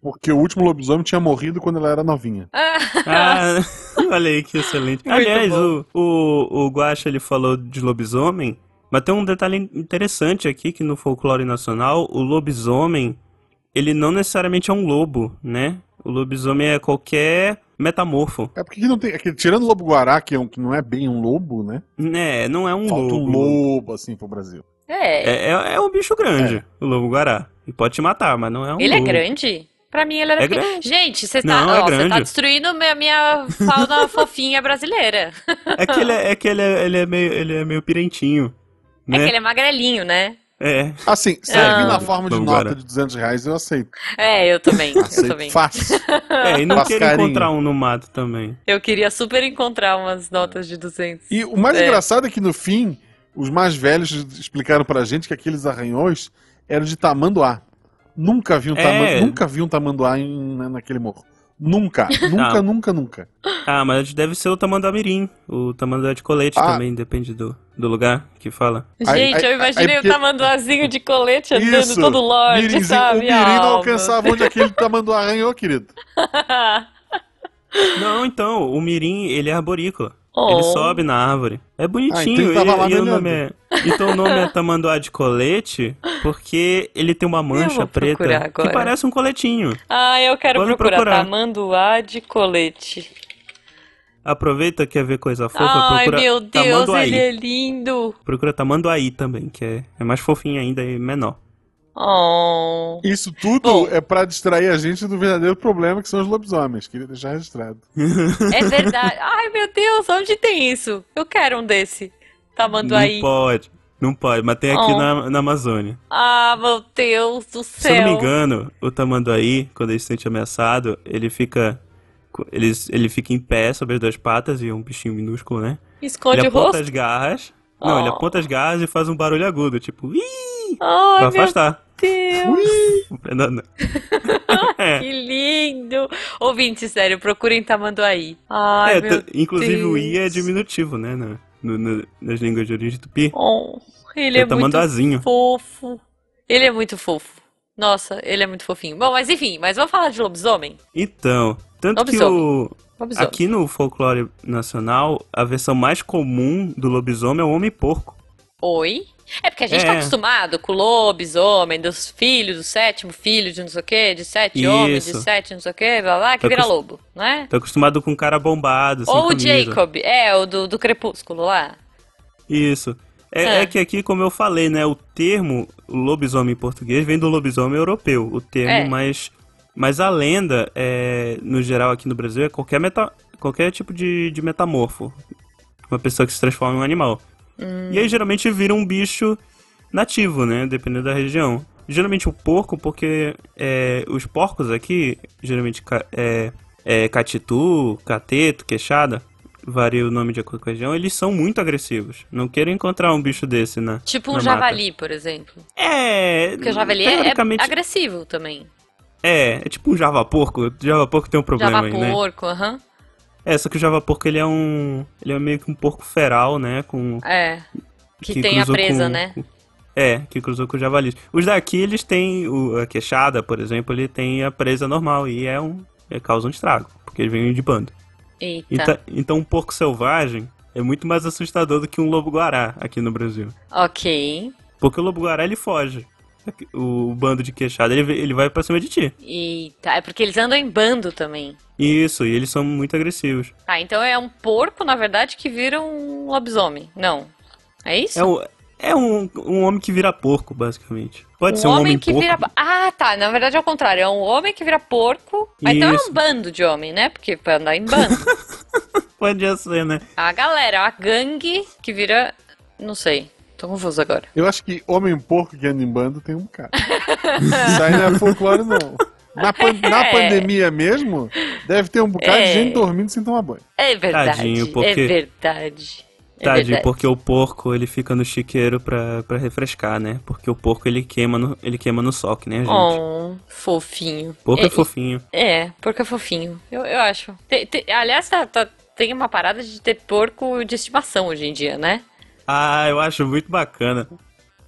Speaker 2: porque o último lobisomem tinha morrido quando ela era novinha.
Speaker 3: Ah, olha aí que excelente.
Speaker 1: Muito
Speaker 3: Aliás,
Speaker 1: bom.
Speaker 3: o, o, o Guaxa ele falou de lobisomem, mas tem um detalhe interessante aqui que no folclore nacional, o lobisomem, ele não necessariamente é um lobo, né? O lobisomem é qualquer metamorfo.
Speaker 2: É porque que não tem. é que tirando o lobo guará, que, é um- que não é bem um lobo, né?
Speaker 3: Né, não é um
Speaker 2: Falta um
Speaker 3: lobo.
Speaker 2: lobo, assim, pro Brasil.
Speaker 1: É.
Speaker 3: É, é, é um bicho grande, o lobo-guará. E pode te matar, mas não é um
Speaker 1: Ele é
Speaker 3: lobo.
Speaker 1: grande? Pra mim ele era
Speaker 3: É
Speaker 1: pequeno.
Speaker 3: grande.
Speaker 1: Gente, você tá,
Speaker 3: Não, é
Speaker 1: ó, você tá
Speaker 3: grande.
Speaker 1: destruindo a minha, minha fauna fofinha brasileira.
Speaker 3: É que ele é, é que ele é, ele é meio, ele é meio pirentinho,
Speaker 1: É que
Speaker 3: né?
Speaker 1: ele é magrelinho, né?
Speaker 3: É.
Speaker 2: Assim, se
Speaker 1: Ah.
Speaker 2: vir na forma de
Speaker 3: Lobo
Speaker 2: nota
Speaker 3: guará.
Speaker 2: de 200 reais, eu aceito.
Speaker 1: É, eu também, eu
Speaker 2: Aceito
Speaker 1: também.
Speaker 2: fácil.
Speaker 3: É, e não
Speaker 2: Faz
Speaker 3: quero
Speaker 2: carinho.
Speaker 3: encontrar um no mato também.
Speaker 1: Eu queria super encontrar umas notas de 200.
Speaker 2: E o mais
Speaker 1: É.
Speaker 2: engraçado é que no fim, os mais velhos explicaram pra gente que aqueles arranhões eram de tamanduá. Nunca vi um,
Speaker 3: É.
Speaker 2: tama- nunca vi um tamanduá em- na- naquele morro. Nunca, nunca,
Speaker 3: Ah.
Speaker 2: nunca, nunca.
Speaker 3: Ah, mas deve ser o tamanduá-mirim. O tamanduá de colete
Speaker 2: Ah.
Speaker 3: também, depende do, do lugar que fala.
Speaker 2: Aí-
Speaker 1: Gente,
Speaker 2: aí-
Speaker 1: eu imaginei
Speaker 2: aí
Speaker 1: o
Speaker 2: porque-
Speaker 1: tamanduazinho de colete andando
Speaker 2: Isso.
Speaker 1: todo lorde,
Speaker 2: Mirinzinho-
Speaker 1: sabe?
Speaker 2: o mirim
Speaker 1: Ah,
Speaker 2: não
Speaker 1: meu
Speaker 2: alcançava onde aquele tamanduá arranhou, querido.
Speaker 3: Não, então, o mirim, ele é arborícola.
Speaker 1: Oh.
Speaker 3: Ele sobe na árvore.
Speaker 2: Ah,
Speaker 3: É
Speaker 2: então
Speaker 3: bonitinho.
Speaker 2: ele tava
Speaker 3: e-
Speaker 2: lá
Speaker 3: e o
Speaker 2: melhorando.
Speaker 3: nome é... Então o nome é tamanduá de colete porque ele tem uma mancha
Speaker 1: vou procurar
Speaker 3: preta que
Speaker 1: agora.
Speaker 3: parece um coletinho.
Speaker 1: Ah, eu quero
Speaker 3: Vamos
Speaker 1: procurar
Speaker 3: procurar.
Speaker 1: tamanduá de colete.
Speaker 3: Aproveita que quer ver coisa fofa,
Speaker 1: Ai,
Speaker 3: procura
Speaker 1: meu Deus,
Speaker 3: tamanduaí.
Speaker 1: ele é lindo.
Speaker 3: Procura tamanduaí também, que é, é mais fofinho ainda e menor.
Speaker 1: Oh.
Speaker 2: Isso tudo
Speaker 1: Bom.
Speaker 2: é pra distrair a gente do verdadeiro problema que são os lobisomens. Queria deixar registrado.
Speaker 1: É verdade. Ai, meu Deus, onde tem isso? Eu quero um desse. Tá mandando
Speaker 3: não
Speaker 1: aí.
Speaker 3: pode, não pode, mas tem aqui
Speaker 1: Oh.
Speaker 3: na, na Amazônia.
Speaker 1: Ah, meu Deus do
Speaker 3: Se eu
Speaker 1: céu.
Speaker 3: não me engano, o tamanduaí, quando ele se sente ameaçado, ele fica. Ele, ele fica em pé sobre as duas patas e um bichinho minúsculo, né?
Speaker 1: Esconde
Speaker 3: ele
Speaker 1: o
Speaker 3: aponta
Speaker 1: rosto.
Speaker 3: as garras. Não, ele
Speaker 1: Oh.
Speaker 3: aponta as garras e faz um barulho agudo, tipo, ih,
Speaker 1: Ai,
Speaker 3: pra
Speaker 1: meu
Speaker 3: afastar.
Speaker 1: Deus.
Speaker 3: Não, não. é,
Speaker 1: Que lindo! Ouvinte, sério, procurem Tamanduaí. Ai,
Speaker 3: é,
Speaker 1: meu
Speaker 3: t- inclusive o i é
Speaker 1: Deus.
Speaker 3: diminutivo, né? na- no- no- nas línguas de origem tupi.
Speaker 1: Oh, ele
Speaker 3: é
Speaker 1: é muito
Speaker 3: tamanduazinho.
Speaker 1: fofo. Ele é muito fofo. Nossa, ele é muito fofinho. Bom, mas enfim, mas vamos falar de lobisomem?
Speaker 3: Então, tanto que
Speaker 1: Lobisomem.
Speaker 3: o.
Speaker 1: Lobisomem.
Speaker 3: Aqui no folclore nacional, a versão mais comum do lobisomem é o homem-porco.
Speaker 1: Oi? É porque a gente tá
Speaker 3: É.
Speaker 1: acostumado com lobisomem, dos filhos, do sétimo filho, de não sei o quê, de sete homens, de
Speaker 3: Isso.
Speaker 1: sete não sei o quê, blá blá, que
Speaker 3: Tá
Speaker 1: vira
Speaker 3: acos-
Speaker 1: lobo, né?
Speaker 3: Tô acostumado com um cara bombado, sem
Speaker 1: Ou o
Speaker 3: camisa.
Speaker 1: Jacob, é, o do, do Crepúsculo lá.
Speaker 3: Isso. É,
Speaker 1: É.
Speaker 3: é que aqui, como eu falei, né, o termo lobisomem em português vem do lobisomem europeu. O
Speaker 1: É.
Speaker 3: termo mais... Mas a lenda, é, no geral aqui no Brasil, é qualquer, meta, qualquer tipo de, de metamorfo. Uma pessoa que se transforma em um animal. E aí geralmente vira um bicho nativo, né? Dependendo da região. Geralmente o porco, porque é, os porcos aqui, geralmente ca- é, é, catitu, cateto, queixada, varia o nome de acordo com a região, eles são muito agressivos. Não quero encontrar um bicho desse, né?
Speaker 1: Tipo um
Speaker 3: na mata.
Speaker 1: javali, por exemplo.
Speaker 3: É.
Speaker 1: Porque o javali é- é,
Speaker 3: teoricamente,
Speaker 1: agressivo também.
Speaker 3: é, é tipo um java porco. O java porco tem um problema
Speaker 1: Java
Speaker 3: aí, né?
Speaker 1: porco, aham.
Speaker 3: É, só que o java porco ele é um, ele é meio que um porco feral, né? Com
Speaker 1: É. Que, tem a
Speaker 3: cruzou
Speaker 1: presa,
Speaker 3: com-
Speaker 1: né?
Speaker 3: com- é, que cruzou com o javali. Os daqui, eles têm o, a queixada, por exemplo, ele tem a presa normal e é um é, causa um estrago, porque eles vêm de
Speaker 1: Tá.
Speaker 3: bando.
Speaker 1: Eita.
Speaker 3: Então, então um porco selvagem é muito mais assustador do que um lobo-guará aqui no Brasil.
Speaker 1: Ok.
Speaker 3: Porque o lobo-guará, ele foge. O, o bando de queixada, ele, vê- ele vai pra cima de ti.
Speaker 1: Eita. É porque eles andam em bando também.
Speaker 3: Isso, e eles são muito agressivos.
Speaker 1: Ah, então é um porco, na verdade, que vira um lobisomem. Não. É isso?
Speaker 3: É, o, é um, um homem que vira porco, basicamente. Pode ser um
Speaker 1: homem,
Speaker 3: homem
Speaker 1: que
Speaker 3: porco.
Speaker 1: vira. Ah, tá. Na verdade é o contrário. É um homem que vira porco. Aí Então é um
Speaker 3: Isso.
Speaker 1: bando de homem, né? Porque pra andar em bando.
Speaker 3: Pode ser, né?
Speaker 1: a galera, a gangue que vira. Não sei. Tô confuso agora.
Speaker 2: Eu acho que homem porco que anda em bando tem um cara. Isso aí não é folclore, não. Na, pan- na
Speaker 1: É.
Speaker 2: pandemia mesmo, deve ter um bocado
Speaker 1: É.
Speaker 2: de gente dormindo sem tomar banho.
Speaker 1: É verdade.
Speaker 3: Tadinho,
Speaker 1: É
Speaker 3: porque-
Speaker 1: verdade. É
Speaker 3: Tadinho,
Speaker 1: verdade.
Speaker 3: porque o porco ele fica no chiqueiro pra, pra refrescar, né? Porque o porco ele queima no, ele queima no sol, que nem a gente.
Speaker 1: Oh, fofinho.
Speaker 3: Porco é,
Speaker 1: É,
Speaker 3: fofinho.
Speaker 1: É, porco é fofinho. Eu, eu acho. Tem- tem- aliás, tá- tá- tem uma parada de ter porco de estimação hoje em dia, né?
Speaker 3: Ah, eu acho muito bacana.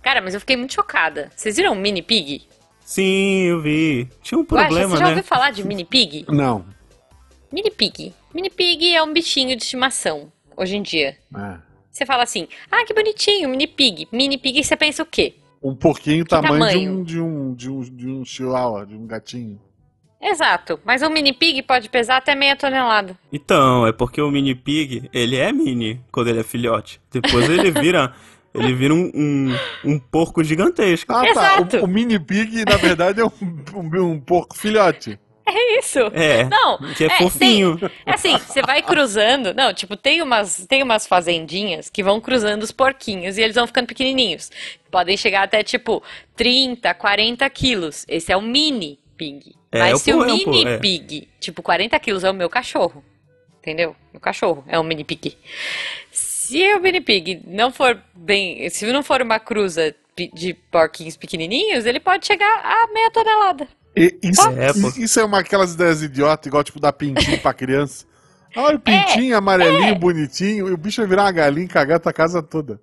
Speaker 1: Cara, mas eu fiquei muito chocada. Vocês viram o Mini Pig?
Speaker 3: Sim, eu vi. Tinha um
Speaker 1: Guaxa,
Speaker 3: problema,
Speaker 1: você já
Speaker 3: né?
Speaker 1: ouviu falar de Mini Pig?
Speaker 2: Não.
Speaker 1: Mini Pig. Mini Pig é um bichinho de estimação hoje em dia.
Speaker 2: Ah.
Speaker 1: Você fala assim, ah, que bonitinho, Mini Pig. Mini Pig, você pensa o quê?
Speaker 2: Um porquinho tamanho,
Speaker 1: tamanho?
Speaker 2: De, um, de, um, de um de um chihuahua, de um gatinho.
Speaker 1: Exato, mas um Mini Pig pode pesar até meia tonelada.
Speaker 3: Então, é porque o mini pig, ele é mini quando ele é filhote. Depois ele vira. ele vira um, um, um porco gigantesco.
Speaker 2: Ah, tá.
Speaker 1: Exato.
Speaker 2: O, o mini pig, na verdade, é um, um, um porco filhote.
Speaker 1: É isso.
Speaker 3: É.
Speaker 1: Não,
Speaker 3: Que é,
Speaker 1: é,
Speaker 3: fofinho.
Speaker 1: É assim, você vai cruzando. Não, tipo, tem umas, tem umas fazendinhas que vão cruzando os porquinhos e eles vão ficando pequenininhos. Podem chegar até, tipo, 30, 40 quilos. Esse é o mini pig.
Speaker 3: É, é
Speaker 1: Mas
Speaker 3: o
Speaker 1: se o
Speaker 3: po- é o po-
Speaker 1: mini
Speaker 3: é.
Speaker 1: pig, tipo, 40 quilos é o meu cachorro. Entendeu? Meu cachorro é um mini pig. Se o mini pig não for bem. Se não for uma cruza pe- de porquinhos pequenininhos, ele pode chegar a meia tonelada.
Speaker 2: E isso,
Speaker 3: É, pô.
Speaker 2: i- isso é uma aquelas ideias idiotas, igual tipo dar pintinho pra criança.
Speaker 1: É,
Speaker 2: Olha o pintinho amarelinho, bonitinho, e o bicho vai virar uma galinha e cagar tua casa toda.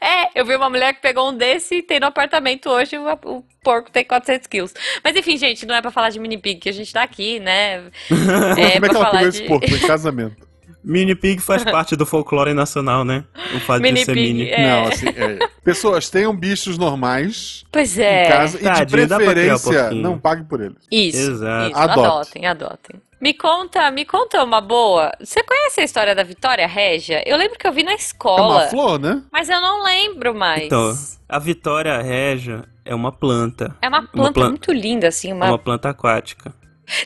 Speaker 1: É, eu vi uma mulher que pegou um desse e tem no apartamento hoje, o, o porco tem 400 quilos. Mas enfim, gente, não é pra falar de mini pig que a gente tá aqui, né? É
Speaker 2: Como é
Speaker 1: pra
Speaker 2: que ela
Speaker 1: falar
Speaker 2: pegou
Speaker 1: de-
Speaker 2: esse porco? Foi em casamento.
Speaker 3: Mini Pig faz parte do folclore nacional, né? O fato
Speaker 1: Mini
Speaker 3: de ser
Speaker 1: Pig,
Speaker 3: mini.
Speaker 1: É.
Speaker 2: Não, assim, é. Pessoas, tenham bichos normais
Speaker 1: Pois
Speaker 2: em
Speaker 1: é.
Speaker 2: casa e
Speaker 3: Tadinho,
Speaker 2: de
Speaker 3: dá pra criar um
Speaker 2: preferência
Speaker 3: pouquinho.
Speaker 2: não pague por eles.
Speaker 1: Isso,
Speaker 3: Exato.
Speaker 1: isso.
Speaker 2: Adote.
Speaker 1: Adotem, adotem. Me conta, me conta uma boa. Você conhece a história da Vitória Régia? Eu lembro que eu vi na
Speaker 2: É uma
Speaker 1: escola,
Speaker 2: flor, né?
Speaker 1: mas eu não lembro mais.
Speaker 3: Então, a Vitória Régia é uma planta.
Speaker 1: é uma planta
Speaker 3: plan-
Speaker 1: muito linda, assim.
Speaker 3: É
Speaker 1: Uma...
Speaker 3: uma planta aquática.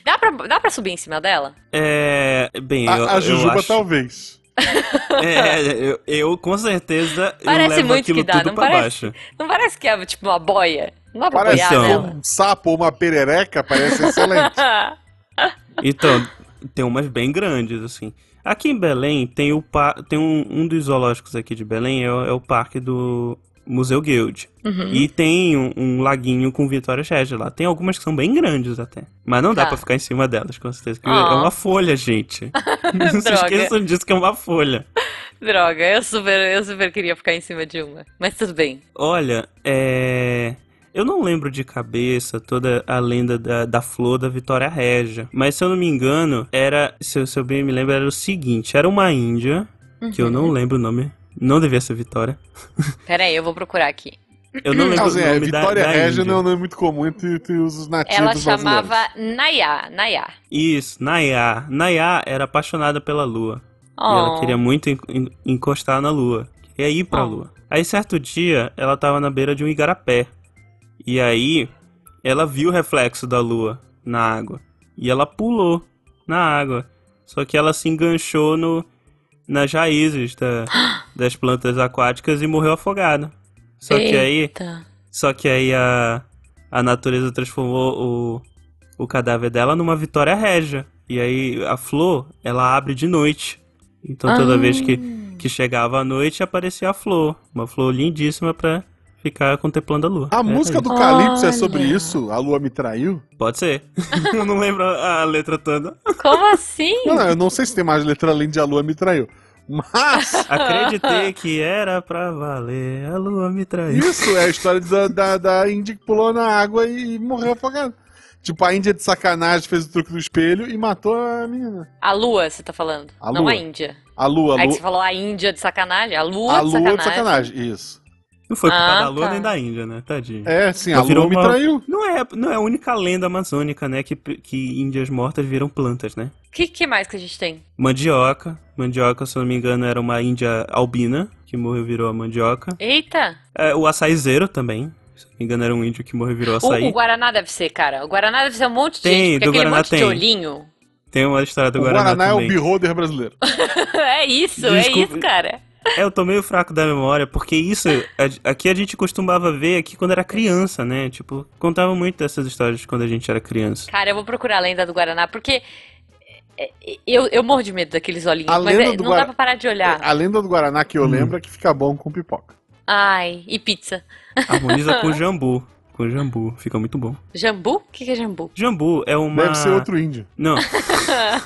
Speaker 1: Dá, pra, dá pra subir em cima dela?
Speaker 3: É. Bem, eu,
Speaker 2: A, a
Speaker 3: eu
Speaker 2: Jujuba tá um-
Speaker 3: acho.
Speaker 2: talvez.
Speaker 3: É, eu, eu, com certeza eu
Speaker 1: Parece
Speaker 3: levo
Speaker 1: muito
Speaker 3: aquilo
Speaker 1: que dá,
Speaker 3: tudo
Speaker 1: não
Speaker 3: pra
Speaker 1: parece?
Speaker 3: baixo.
Speaker 1: Não parece que é tipo uma boia? Não dá pra
Speaker 2: Parece
Speaker 1: boiar
Speaker 3: Então.
Speaker 1: nela?
Speaker 2: um sapo ou uma perereca, parece excelente.
Speaker 3: Então, tem umas bem grandes, assim. Aqui em Belém tem o par... tem um, um dos zoológicos aqui de Belém, é, o- é o parque do Museu Guild.
Speaker 1: Uhum.
Speaker 3: E tem um, um laguinho com Vitória Shed lá. Tem algumas que são bem grandes até. Mas não dá
Speaker 1: Tá.
Speaker 3: pra ficar em cima delas, com certeza. que
Speaker 1: Ah.
Speaker 3: É uma folha, gente. Não se
Speaker 1: Droga.
Speaker 3: esqueçam disso que é uma folha.
Speaker 1: Droga, eu super, eu super queria ficar em cima de uma. Mas tudo bem.
Speaker 3: Olha, é. Eu não lembro de cabeça toda a lenda da, da flor da Vitória Régia. Mas se eu não me engano, era. Se eu, se eu bem me lembro, era o seguinte: era uma Índia, que eu
Speaker 2: Uhum.
Speaker 3: não lembro o nome. Não devia ser Vitória.
Speaker 1: Pera aí, eu vou procurar aqui.
Speaker 3: Eu não lembro
Speaker 2: Assim,
Speaker 3: o
Speaker 2: é,
Speaker 3: nome da,
Speaker 2: Vitória
Speaker 3: da
Speaker 2: Régia
Speaker 3: Índia.
Speaker 2: não é um nome muito comum entre, entre os nativos
Speaker 1: Ela
Speaker 2: brasileiros.
Speaker 1: chamava Nayá, Nayá.
Speaker 3: Isso, Nayá. Nayá era apaixonada pela lua. E ela
Speaker 1: Oh.
Speaker 3: queria muito en- en- encostar na lua. Queria ir pra
Speaker 1: Oh.
Speaker 3: lua. Aí certo dia, ela tava na beira de um igarapé. E aí, ela viu o reflexo da lua na água. E ela pulou na água. Só que ela se enganchou no, nas raízes da- das plantas aquáticas e morreu afogada. Só que aí,
Speaker 1: Eita.
Speaker 3: só que aí a, a natureza transformou o, o cadáver dela numa vitória régia. E aí a flor, ela abre de noite. Então toda
Speaker 1: Ah.
Speaker 3: vez que, que chegava a noite, aparecia a flor. Uma flor lindíssima pra ficar contemplando a lua.
Speaker 2: A
Speaker 3: É
Speaker 2: música do
Speaker 3: isso.
Speaker 2: Calypso é sobre
Speaker 1: Olha.
Speaker 2: isso? A lua me traiu?
Speaker 3: Pode ser. Eu não lembro a a letra toda.
Speaker 1: Como assim?
Speaker 2: Não, não, eu não sei se tem mais letra além de a lua me traiu. Mas
Speaker 3: Acreditei que era pra valer, a lua me traiu.
Speaker 2: isso é a história da, da, da Índia que pulou na água e morreu afogada. Tipo, a Índia de sacanagem fez o truque do espelho e matou a menina.
Speaker 1: A lua, você tá falando.
Speaker 2: A
Speaker 1: não
Speaker 2: lua.
Speaker 1: a Índia.
Speaker 2: A lua, a
Speaker 1: É que
Speaker 2: lua.
Speaker 1: você falou a Índia de sacanagem. A lua,
Speaker 2: A
Speaker 1: de,
Speaker 2: lua
Speaker 1: sacanagem.
Speaker 2: de sacanagem, isso.
Speaker 3: Não foi culpa
Speaker 1: Ah,
Speaker 3: da lua
Speaker 1: tá.
Speaker 3: nem da Índia, né? Tadinho.
Speaker 2: É, sim, a
Speaker 3: Mas virou
Speaker 2: lua me
Speaker 3: uma-
Speaker 2: traiu.
Speaker 3: Não é, não é a única lenda amazônica, né? Que, que índias mortas viram plantas, né?
Speaker 1: O que, que mais que a gente tem?
Speaker 3: Mandioca. Mandioca, se eu não me engano, era uma índia albina que morreu e virou a mandioca.
Speaker 1: Eita!
Speaker 3: É, o açaizeiro também. Se eu não me engano, era um índio que morreu e virou
Speaker 1: O,
Speaker 3: açaí.
Speaker 1: o Guaraná deve ser, cara. O Guaraná deve ser um monte de
Speaker 3: Tem,
Speaker 1: gente, porque
Speaker 3: do
Speaker 1: aquele
Speaker 3: Guaraná
Speaker 1: monte de
Speaker 3: tem.
Speaker 1: olhinho.
Speaker 3: Tem uma história do
Speaker 2: O
Speaker 3: Guaraná,
Speaker 2: Guaraná é o
Speaker 3: também.
Speaker 2: beholder brasileiro.
Speaker 1: é isso, é
Speaker 3: Desculpa.
Speaker 1: isso, cara.
Speaker 3: É, eu tô meio fraco da memória, porque isso a- aqui a gente costumava ver aqui quando era criança, né? Tipo, contava muito dessas histórias quando a gente era criança.
Speaker 1: Cara, eu vou procurar a lenda do Guaraná, porque é, é, eu, eu morro de medo daqueles olhinhos.
Speaker 2: A
Speaker 1: mas
Speaker 2: lenda
Speaker 1: é,
Speaker 2: do
Speaker 1: não
Speaker 2: Guara-
Speaker 1: dá pra parar de olhar.
Speaker 2: A lenda do Guaraná que eu
Speaker 3: Hum.
Speaker 2: lembro é que fica bom com pipoca.
Speaker 1: Ai, e pizza.
Speaker 3: Harmoniza com jambu. Com jambu, fica muito bom.
Speaker 1: Jambu? O que, que é jambu?
Speaker 3: Jambu é uma.
Speaker 2: Deve ser outro índio.
Speaker 3: Não.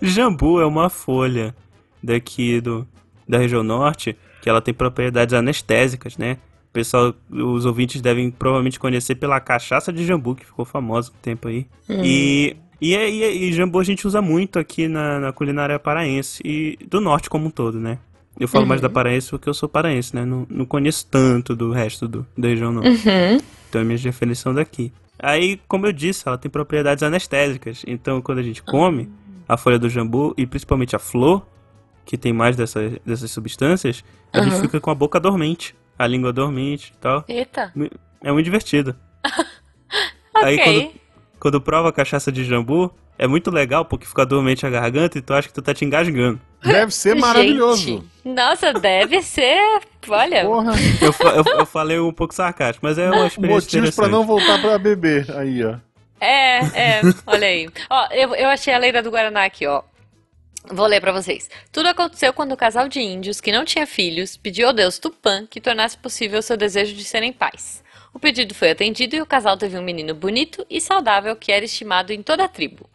Speaker 3: Jambu é uma folha daqui do, da região norte que ela tem propriedades anestésicas, né? O pessoal, os ouvintes devem provavelmente conhecer pela cachaça de jambu, que ficou famosa um tempo aí. E, e, é- e, é- e jambu a gente usa muito aqui na, na culinária paraense e do norte como um todo, né? Eu falo mais da paraense porque eu sou paraense, né? Não, não conheço tanto do resto do, da região norte.
Speaker 1: Uhum.
Speaker 3: Então é minha definição daqui. Aí, como eu disse, ela tem propriedades anestésicas. Então, quando a gente come a folha do jambu e principalmente a flor, que tem mais dessas, dessas substâncias, a gente
Speaker 1: Aham.
Speaker 3: fica com a boca dormente, a língua dormente e tal.
Speaker 1: Eita.
Speaker 3: É muito divertido. Aí,
Speaker 1: ok.
Speaker 3: quando- Quando prova a cachaça de jambu, é muito legal porque fica dormente a garganta e tu acha que tu tá te engasgando.
Speaker 2: Deve ser maravilhoso.
Speaker 1: Gente, nossa, deve ser. Olha,
Speaker 2: Porra,
Speaker 3: Eu, fa- eu- eu falei um pouco sarcástico, mas é uma experiência
Speaker 2: motivos pra
Speaker 3: interessante.
Speaker 2: não voltar pra beber aí, ó.
Speaker 1: é, é, olha aí. Ó, eu, eu achei a lenda do Guaraná aqui, ó. Vou ler pra vocês. Tudo aconteceu quando o casal de índios que não tinha filhos pediu ao deus Tupã que tornasse possível seu desejo de serem pais. O pedido foi atendido e o casal teve um menino bonito e saudável que era estimado em toda a tribo.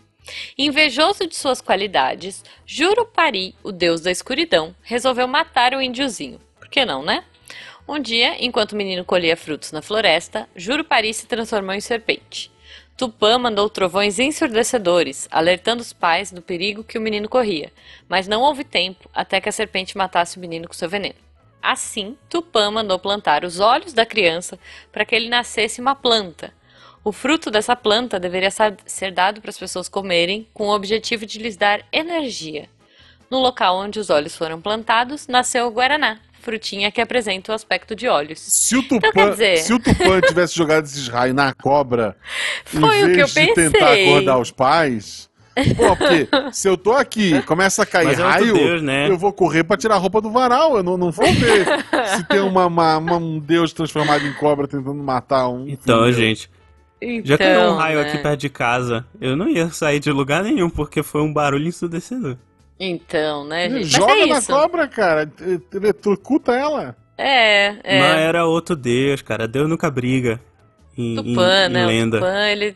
Speaker 1: Invejoso de suas qualidades, Jurupari, o deus da escuridão, resolveu matar o índiozinho. Por que não, né? Um dia, enquanto o menino colhia frutos na floresta, Jurupari se transformou em serpente. Tupã mandou trovões ensurdecedores, alertando os pais do perigo que o menino corria, mas não houve tempo até que a serpente matasse o menino com seu veneno. Assim, Tupã mandou plantar os olhos da criança para que ele nascesse uma planta. O fruto dessa planta deveria sa- ser dado para as pessoas comerem com o objetivo de lhes dar energia. No local onde os olhos foram plantados, nasceu o Guaraná, frutinha que apresenta o aspecto de olhos.
Speaker 2: Se o Tupã,
Speaker 1: Então, quer dizer-
Speaker 2: se o Tupã tivesse jogado esses raios na cobra,
Speaker 1: Foi
Speaker 2: em
Speaker 1: o que
Speaker 2: vez
Speaker 1: eu
Speaker 2: de tentar
Speaker 1: pensei.
Speaker 2: acordar os pais. Pô, porque se eu tô aqui começa a cair
Speaker 3: Mas é outro
Speaker 2: raio,
Speaker 3: deus, né?
Speaker 2: eu vou correr pra tirar a roupa do varal. Eu não, não vou ver se tem uma, uma- uma- um deus transformado em cobra tentando matar um.
Speaker 3: Então,
Speaker 2: filho.
Speaker 3: gente,
Speaker 1: Então,
Speaker 3: já caiu um raio
Speaker 1: né?
Speaker 3: aqui perto de casa, eu não ia sair de lugar nenhum, porque foi um barulho ensurdecedor.
Speaker 1: Então, né, gente? Mas
Speaker 2: Hum, Joga
Speaker 1: é
Speaker 2: na
Speaker 1: isso.
Speaker 2: cobra, cara. Ele- ele Eletrocuta ela.
Speaker 1: É, é.
Speaker 3: Não era outro deus, cara. Deus nunca briga em, em-
Speaker 1: Tupã,
Speaker 3: em
Speaker 1: né?
Speaker 3: lenda.
Speaker 1: O Tupã, ele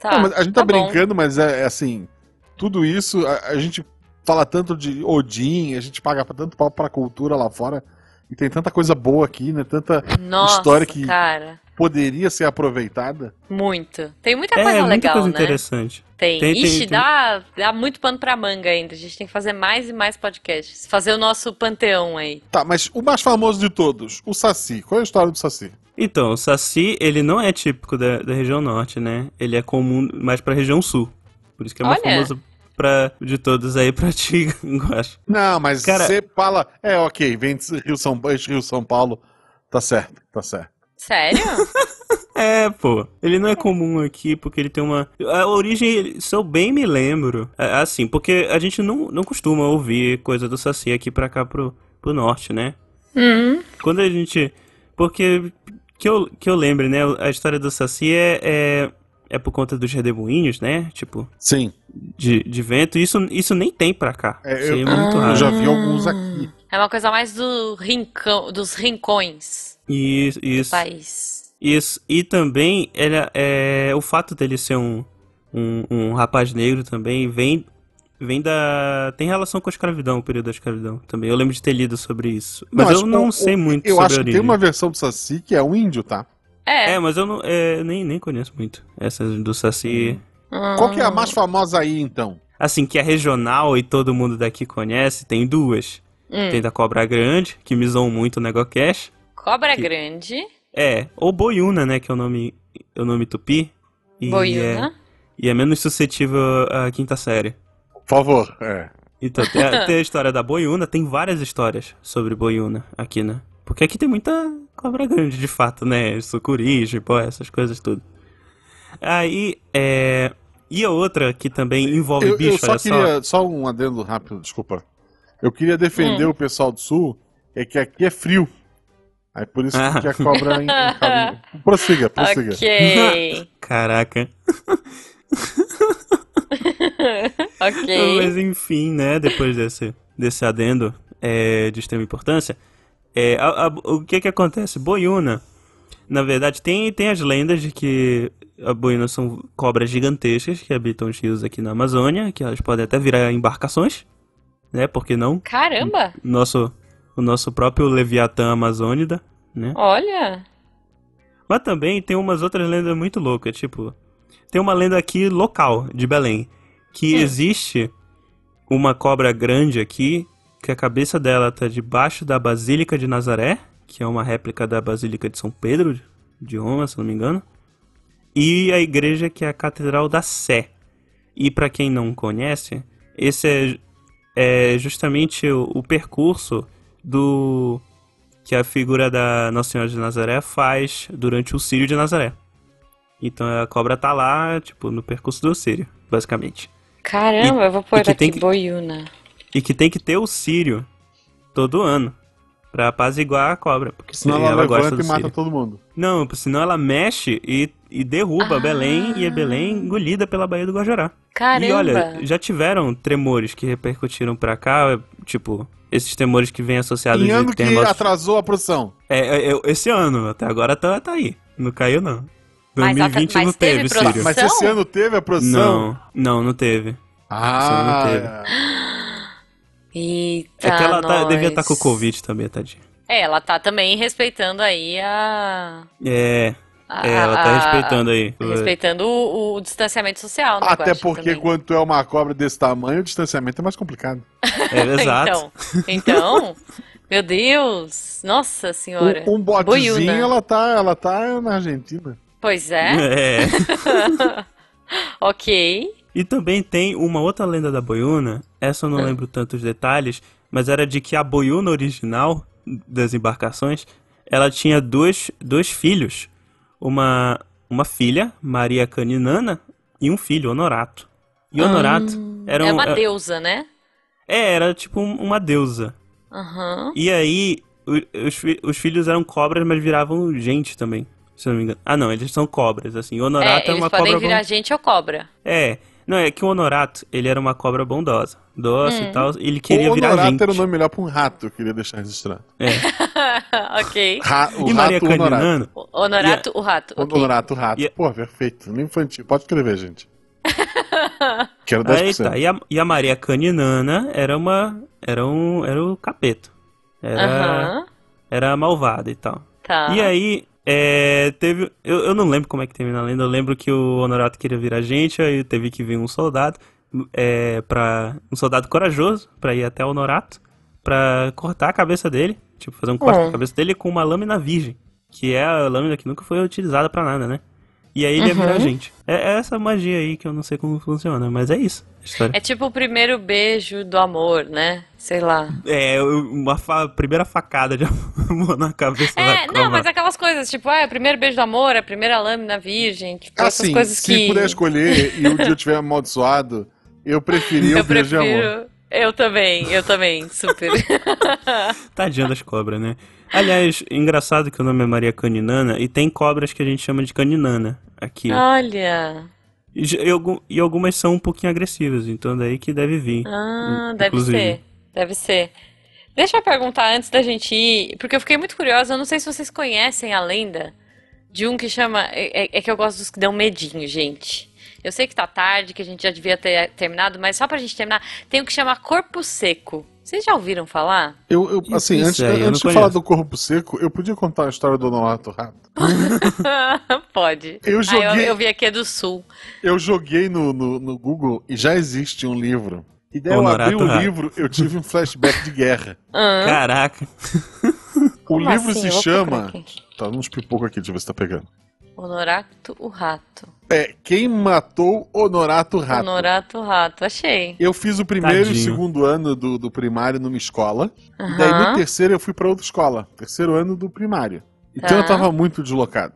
Speaker 1: tá.
Speaker 2: Não, mas a gente tá,
Speaker 1: bom.
Speaker 2: brincando, mas é, é assim, tudo isso, a, a gente fala tanto de Odin, a gente paga tanto pau pra cultura lá fora, e tem tanta coisa boa aqui, né? Tanta
Speaker 1: Nossa,
Speaker 2: história que-
Speaker 1: cara,
Speaker 2: poderia ser aproveitada.
Speaker 1: muito. Tem muita
Speaker 3: é,
Speaker 1: coisa
Speaker 3: muita
Speaker 1: legal,
Speaker 3: coisa
Speaker 1: né?
Speaker 3: interessante.
Speaker 1: Tem.
Speaker 3: Tem, tem,
Speaker 1: Ixi,
Speaker 3: tem.
Speaker 1: Dá, dá muito pano pra manga ainda. A gente tem que fazer mais e mais podcasts. Fazer o nosso panteão aí.
Speaker 2: Tá, mas o mais famoso de todos, o Saci. Qual é a história do Saci?
Speaker 3: Então, o saci, ele não é típico da, da região norte, né? Ele é comum mais pra região sul. Por isso que é mais
Speaker 1: Olha.
Speaker 3: famoso pra, de todos aí pra ti, eu acho.
Speaker 2: Não, mas
Speaker 3: Cara-
Speaker 2: você fala. É, ok, vem de Rio São, Rio São Paulo. Tá certo, tá certo.
Speaker 1: Sério?
Speaker 3: É, pô. Ele não é comum aqui porque ele tem uma. A origem, se eu bem me lembro. é Assim, porque a gente não, não costuma ouvir coisa do Saci aqui pra cá pro, pro norte, né?
Speaker 1: Hum,
Speaker 3: Quando a gente. Porque. Que eu, que eu lembre, né? A história do Saci é, é, é por conta dos redemoinhos, né? Tipo,
Speaker 2: Sim,
Speaker 3: de, de vento. Isso, isso nem tem pra cá.
Speaker 2: É,
Speaker 3: isso aí é
Speaker 2: eu-
Speaker 3: muito
Speaker 1: Ah.
Speaker 2: eu
Speaker 3: raro.
Speaker 2: já vi alguns aqui.
Speaker 1: é uma coisa mais do rincão, dos rincões
Speaker 3: Isso,
Speaker 1: do
Speaker 3: isso.
Speaker 1: país.
Speaker 3: Isso. E também ele é, o fato dele ser um, um, um rapaz negro também vem vem da tem relação com a escravidão, o período da escravidão também. Eu lembro de ter lido sobre isso, mas eu
Speaker 2: o-
Speaker 3: não
Speaker 2: o-
Speaker 3: sei muito
Speaker 2: Eu
Speaker 3: sobre
Speaker 2: acho
Speaker 3: a
Speaker 2: que
Speaker 3: origem.
Speaker 2: tem uma versão do Saci que é um índio, tá?
Speaker 1: É.
Speaker 3: É, mas eu não é, nem nem conheço muito essa do Saci.
Speaker 1: Hum.
Speaker 2: Qual
Speaker 1: Ah.
Speaker 2: que é a mais famosa aí, então?
Speaker 3: Assim que é regional e todo mundo daqui conhece, tem duas.
Speaker 1: Hum,
Speaker 3: Tem da Cobra Grande, que me zoam muito o Negocash.
Speaker 1: Cobra
Speaker 3: que-
Speaker 1: Grande,
Speaker 3: É, ou Boiuna, né, que é o nome é o nome tupi. E é-
Speaker 1: Boiuna.
Speaker 3: E é menos suscetível à quinta série.
Speaker 2: Por favor. É.
Speaker 3: Então, tem a, tem a história da boiuna, tem várias histórias sobre boiuna aqui, né? Porque aqui tem muita cobra grande, de fato, né? Sucuri, jipó, essas coisas tudo. Aí, é... E a outra que também envolve
Speaker 2: Eu, eu
Speaker 3: bicho,
Speaker 2: só
Speaker 3: olha só.
Speaker 2: queria. Só um adendo rápido, desculpa. Eu queria defender
Speaker 1: Hum.
Speaker 2: o pessoal do sul, é que aqui é frio. Aí por isso
Speaker 3: Ah.
Speaker 2: que a cobra. en- encaminha.
Speaker 3: é.
Speaker 2: prossiga, prossiga.
Speaker 1: Ok.
Speaker 3: Caraca.
Speaker 1: ok.
Speaker 3: Então, Mas enfim, né? Depois desse, desse adendo é, de extrema importância, é, a- a- o que que acontece? Boiuna, na verdade, tem, tem as lendas de que a boiuna são cobras gigantescas que habitam os rios aqui na Amazônia, que elas podem até virar embarcações, né? Por que não?
Speaker 1: Caramba!
Speaker 3: Nosso, o nosso próprio Leviatã Amazônida, né?
Speaker 1: Olha!
Speaker 3: Mas também tem umas outras lendas muito loucas, tipo, tem uma lenda aqui local de Belém, que
Speaker 1: Hum.
Speaker 3: existe uma cobra grande aqui, que a cabeça dela tá debaixo da Basílica de Nazaré, que é uma réplica da Basílica de São Pedro de Roma, se não me engano, e a igreja que é a Catedral da Sé. E pra quem não conhece, esse é é justamente o, o percurso do que a figura da Nossa Senhora de Nazaré faz durante o Sírio de Nazaré. Então a cobra tá lá, tipo, no percurso do Sírio, basicamente.
Speaker 1: Caramba, eu vou pôr
Speaker 3: e que
Speaker 1: aqui
Speaker 3: tem que-
Speaker 1: boiuna.
Speaker 3: E que tem que ter o Sírio todo ano pra apaziguar a cobra, porque
Speaker 2: Senão
Speaker 3: ela,
Speaker 2: ela,
Speaker 3: gosta
Speaker 2: levanta
Speaker 3: do
Speaker 2: e mata
Speaker 3: Sírio.
Speaker 2: todo mundo.
Speaker 3: Não, senão ela mexe e, e derruba
Speaker 1: Ah.
Speaker 3: Belém e é Belém engolida pela Baía do Guajará.
Speaker 1: Caramba!
Speaker 3: E olha, já tiveram tremores que repercutiram pra cá, tipo, esses tremores que vêm associados
Speaker 2: Em ano
Speaker 3: de
Speaker 2: que
Speaker 3: terremotos.
Speaker 2: atrasou a produção.
Speaker 3: É, é, é, esse ano, até agora tá, tá aí. Não caiu, não.
Speaker 1: Mas
Speaker 3: 2020
Speaker 1: atra- mas
Speaker 3: não
Speaker 1: teve
Speaker 3: teve,
Speaker 1: produção?
Speaker 3: Sírio.
Speaker 2: Mas esse ano teve a produção?
Speaker 3: Não, não, não teve.
Speaker 2: Ah,
Speaker 3: Esse ano
Speaker 2: é.
Speaker 1: Eita,
Speaker 3: é que ela tá-
Speaker 1: Ah, nós.
Speaker 3: devia estar com o Covid também, tadinha.
Speaker 1: É, ela tá também respeitando aí a...
Speaker 3: É,
Speaker 1: a-
Speaker 3: É, ela tá
Speaker 1: a-
Speaker 3: respeitando aí.
Speaker 1: ah, respeitando o, o distanciamento social, né? eu
Speaker 2: Até
Speaker 1: acho
Speaker 2: porque
Speaker 1: também.
Speaker 2: quando tu é uma cobra desse tamanho, o distanciamento é mais complicado.
Speaker 3: É, exato.
Speaker 1: Então, então, meu Deus, nossa senhora.
Speaker 2: Um, um botezinho,
Speaker 1: boiuda.
Speaker 2: ela tá, ela tá na Argentina.
Speaker 1: Pois é.
Speaker 3: É.
Speaker 1: ok.
Speaker 3: E também tem uma outra lenda da boiuna,
Speaker 1: É.
Speaker 3: essa eu não lembro tantos detalhes, mas era de que a boiuna original das embarcações, ela tinha dois, dois filhos. Uma, uma filha, Maria Caninana, e um filho, Honorato. E Honorato era um,
Speaker 1: Ah. é uma
Speaker 3: é-
Speaker 1: deusa, né?
Speaker 3: é, era tipo um- uma deusa.
Speaker 1: Aham.
Speaker 3: E aí, o- os, fi- os filhos eram cobras, mas viravam gente também, se eu não me engano. Ah, não, eles são cobras, assim.
Speaker 1: É,
Speaker 3: Honorato é,
Speaker 1: eles
Speaker 3: uma
Speaker 1: podem
Speaker 3: cobra
Speaker 1: virar gente ou cobra.
Speaker 3: é, não, é que o Honorato, ele era uma cobra bondosa, doce e tal, ele queria
Speaker 2: o
Speaker 3: virar
Speaker 2: Honorato
Speaker 3: gente.
Speaker 2: era o nome melhor pra um rato, eu queria deixar registrado.
Speaker 3: É.
Speaker 1: ok.
Speaker 2: Ra- o
Speaker 3: E
Speaker 2: rato
Speaker 3: é- Maria
Speaker 2: Honorato.
Speaker 3: Caninana,
Speaker 1: O- Honorato, o rato.
Speaker 2: O
Speaker 1: ok.
Speaker 2: Honorato Rato.
Speaker 3: E- é-
Speaker 2: Pô, perfeito. No infantil. Pode escrever, gente. Quero 10%.
Speaker 3: aí tá, e a, e a Maria Caninana era uma, era um, era o capeta, era,
Speaker 1: Aham.
Speaker 3: era malvada e tal.
Speaker 1: Tá.
Speaker 3: E aí, é, teve, eu, eu não lembro como é que termina a lenda, eu lembro que o Honorato queria virar gente, aí teve que vir um soldado, é, pra, um soldado corajoso, pra ir até o Honorato, pra cortar a cabeça dele, tipo, fazer um corte
Speaker 1: Hum.
Speaker 3: na cabeça dele com uma lâmina virgem, que é a lâmina que nunca foi utilizada pra nada, né? E aí ele ia virar
Speaker 1: Uhum.
Speaker 3: gente. É, é essa magia aí que eu não sei como funciona, mas é isso, a história.
Speaker 1: É tipo o primeiro beijo do amor, né? Sei lá.
Speaker 3: É, uma fa- primeira facada de amor na cabeça da
Speaker 1: É, não,
Speaker 3: cobra.
Speaker 1: mas aquelas coisas, tipo, ah, é o primeiro beijo do amor, a primeira lâmina virgem, tipo, essas
Speaker 2: Assim,
Speaker 1: coisas
Speaker 2: se
Speaker 1: que
Speaker 2: puder escolher e o dia eu tiver amaldiçoado, eu preferia
Speaker 1: eu
Speaker 2: o beijo de amor.
Speaker 1: prefiro. Eu também, eu também, super.
Speaker 3: Tadinha das cobras, né? Aliás, engraçado que o nome é Maria Caninana e tem cobras que a gente chama de caninana aqui.
Speaker 1: Ah. Olha.
Speaker 3: E, j- e algu- e algumas são um pouquinho agressivas, então daí que deve vir.
Speaker 1: Ah,
Speaker 3: in-
Speaker 1: deve
Speaker 3: inclusive.
Speaker 1: ser. Deve ser. Deixa eu perguntar antes da gente ir, porque eu fiquei muito curiosa, eu não sei se vocês conhecem a lenda de um que chama. É, é- é que eu gosto dos que dão medinho, gente. Eu sei que tá tarde, que a gente já devia ter terminado, mas só pra gente terminar, tem um que chama Corpo Seco. Vocês já ouviram falar?
Speaker 2: Eu, eu,
Speaker 3: Isso,
Speaker 2: assim,
Speaker 3: isso
Speaker 2: antes,
Speaker 3: aí, eu não
Speaker 2: antes de
Speaker 3: conheço.
Speaker 2: falar do corpo seco, eu podia contar a história do Honorato Rato.
Speaker 1: Pode.
Speaker 2: Eu
Speaker 1: Ah,
Speaker 2: joguei-
Speaker 1: eu vi aqui é do sul.
Speaker 2: Eu joguei no, no, no Google e já existe um livro. E daí eu abri
Speaker 3: Honorato
Speaker 2: o
Speaker 3: Rato.
Speaker 2: livro, eu tive um flashback de guerra.
Speaker 1: Ahn.
Speaker 3: Caraca.
Speaker 2: O
Speaker 1: Ah, Como
Speaker 2: livro
Speaker 1: assim?
Speaker 2: se
Speaker 1: Eu vou procurar
Speaker 2: chama.
Speaker 1: aqui.
Speaker 2: Tá uns pipocos aqui, deixa eu ver se tá pegando.
Speaker 1: Honorato o Rato.
Speaker 2: É Quem Matou Honorato Rato.
Speaker 1: Honorato o Rato, achei.
Speaker 2: Eu fiz o primeiro e o
Speaker 3: Tadinho.
Speaker 2: segundo ano do, do primário numa escola. E daí
Speaker 1: Aham.
Speaker 2: no terceiro eu fui pra outra escola. Terceiro ano do primário. Então eu
Speaker 1: Tá.
Speaker 2: tava muito deslocado.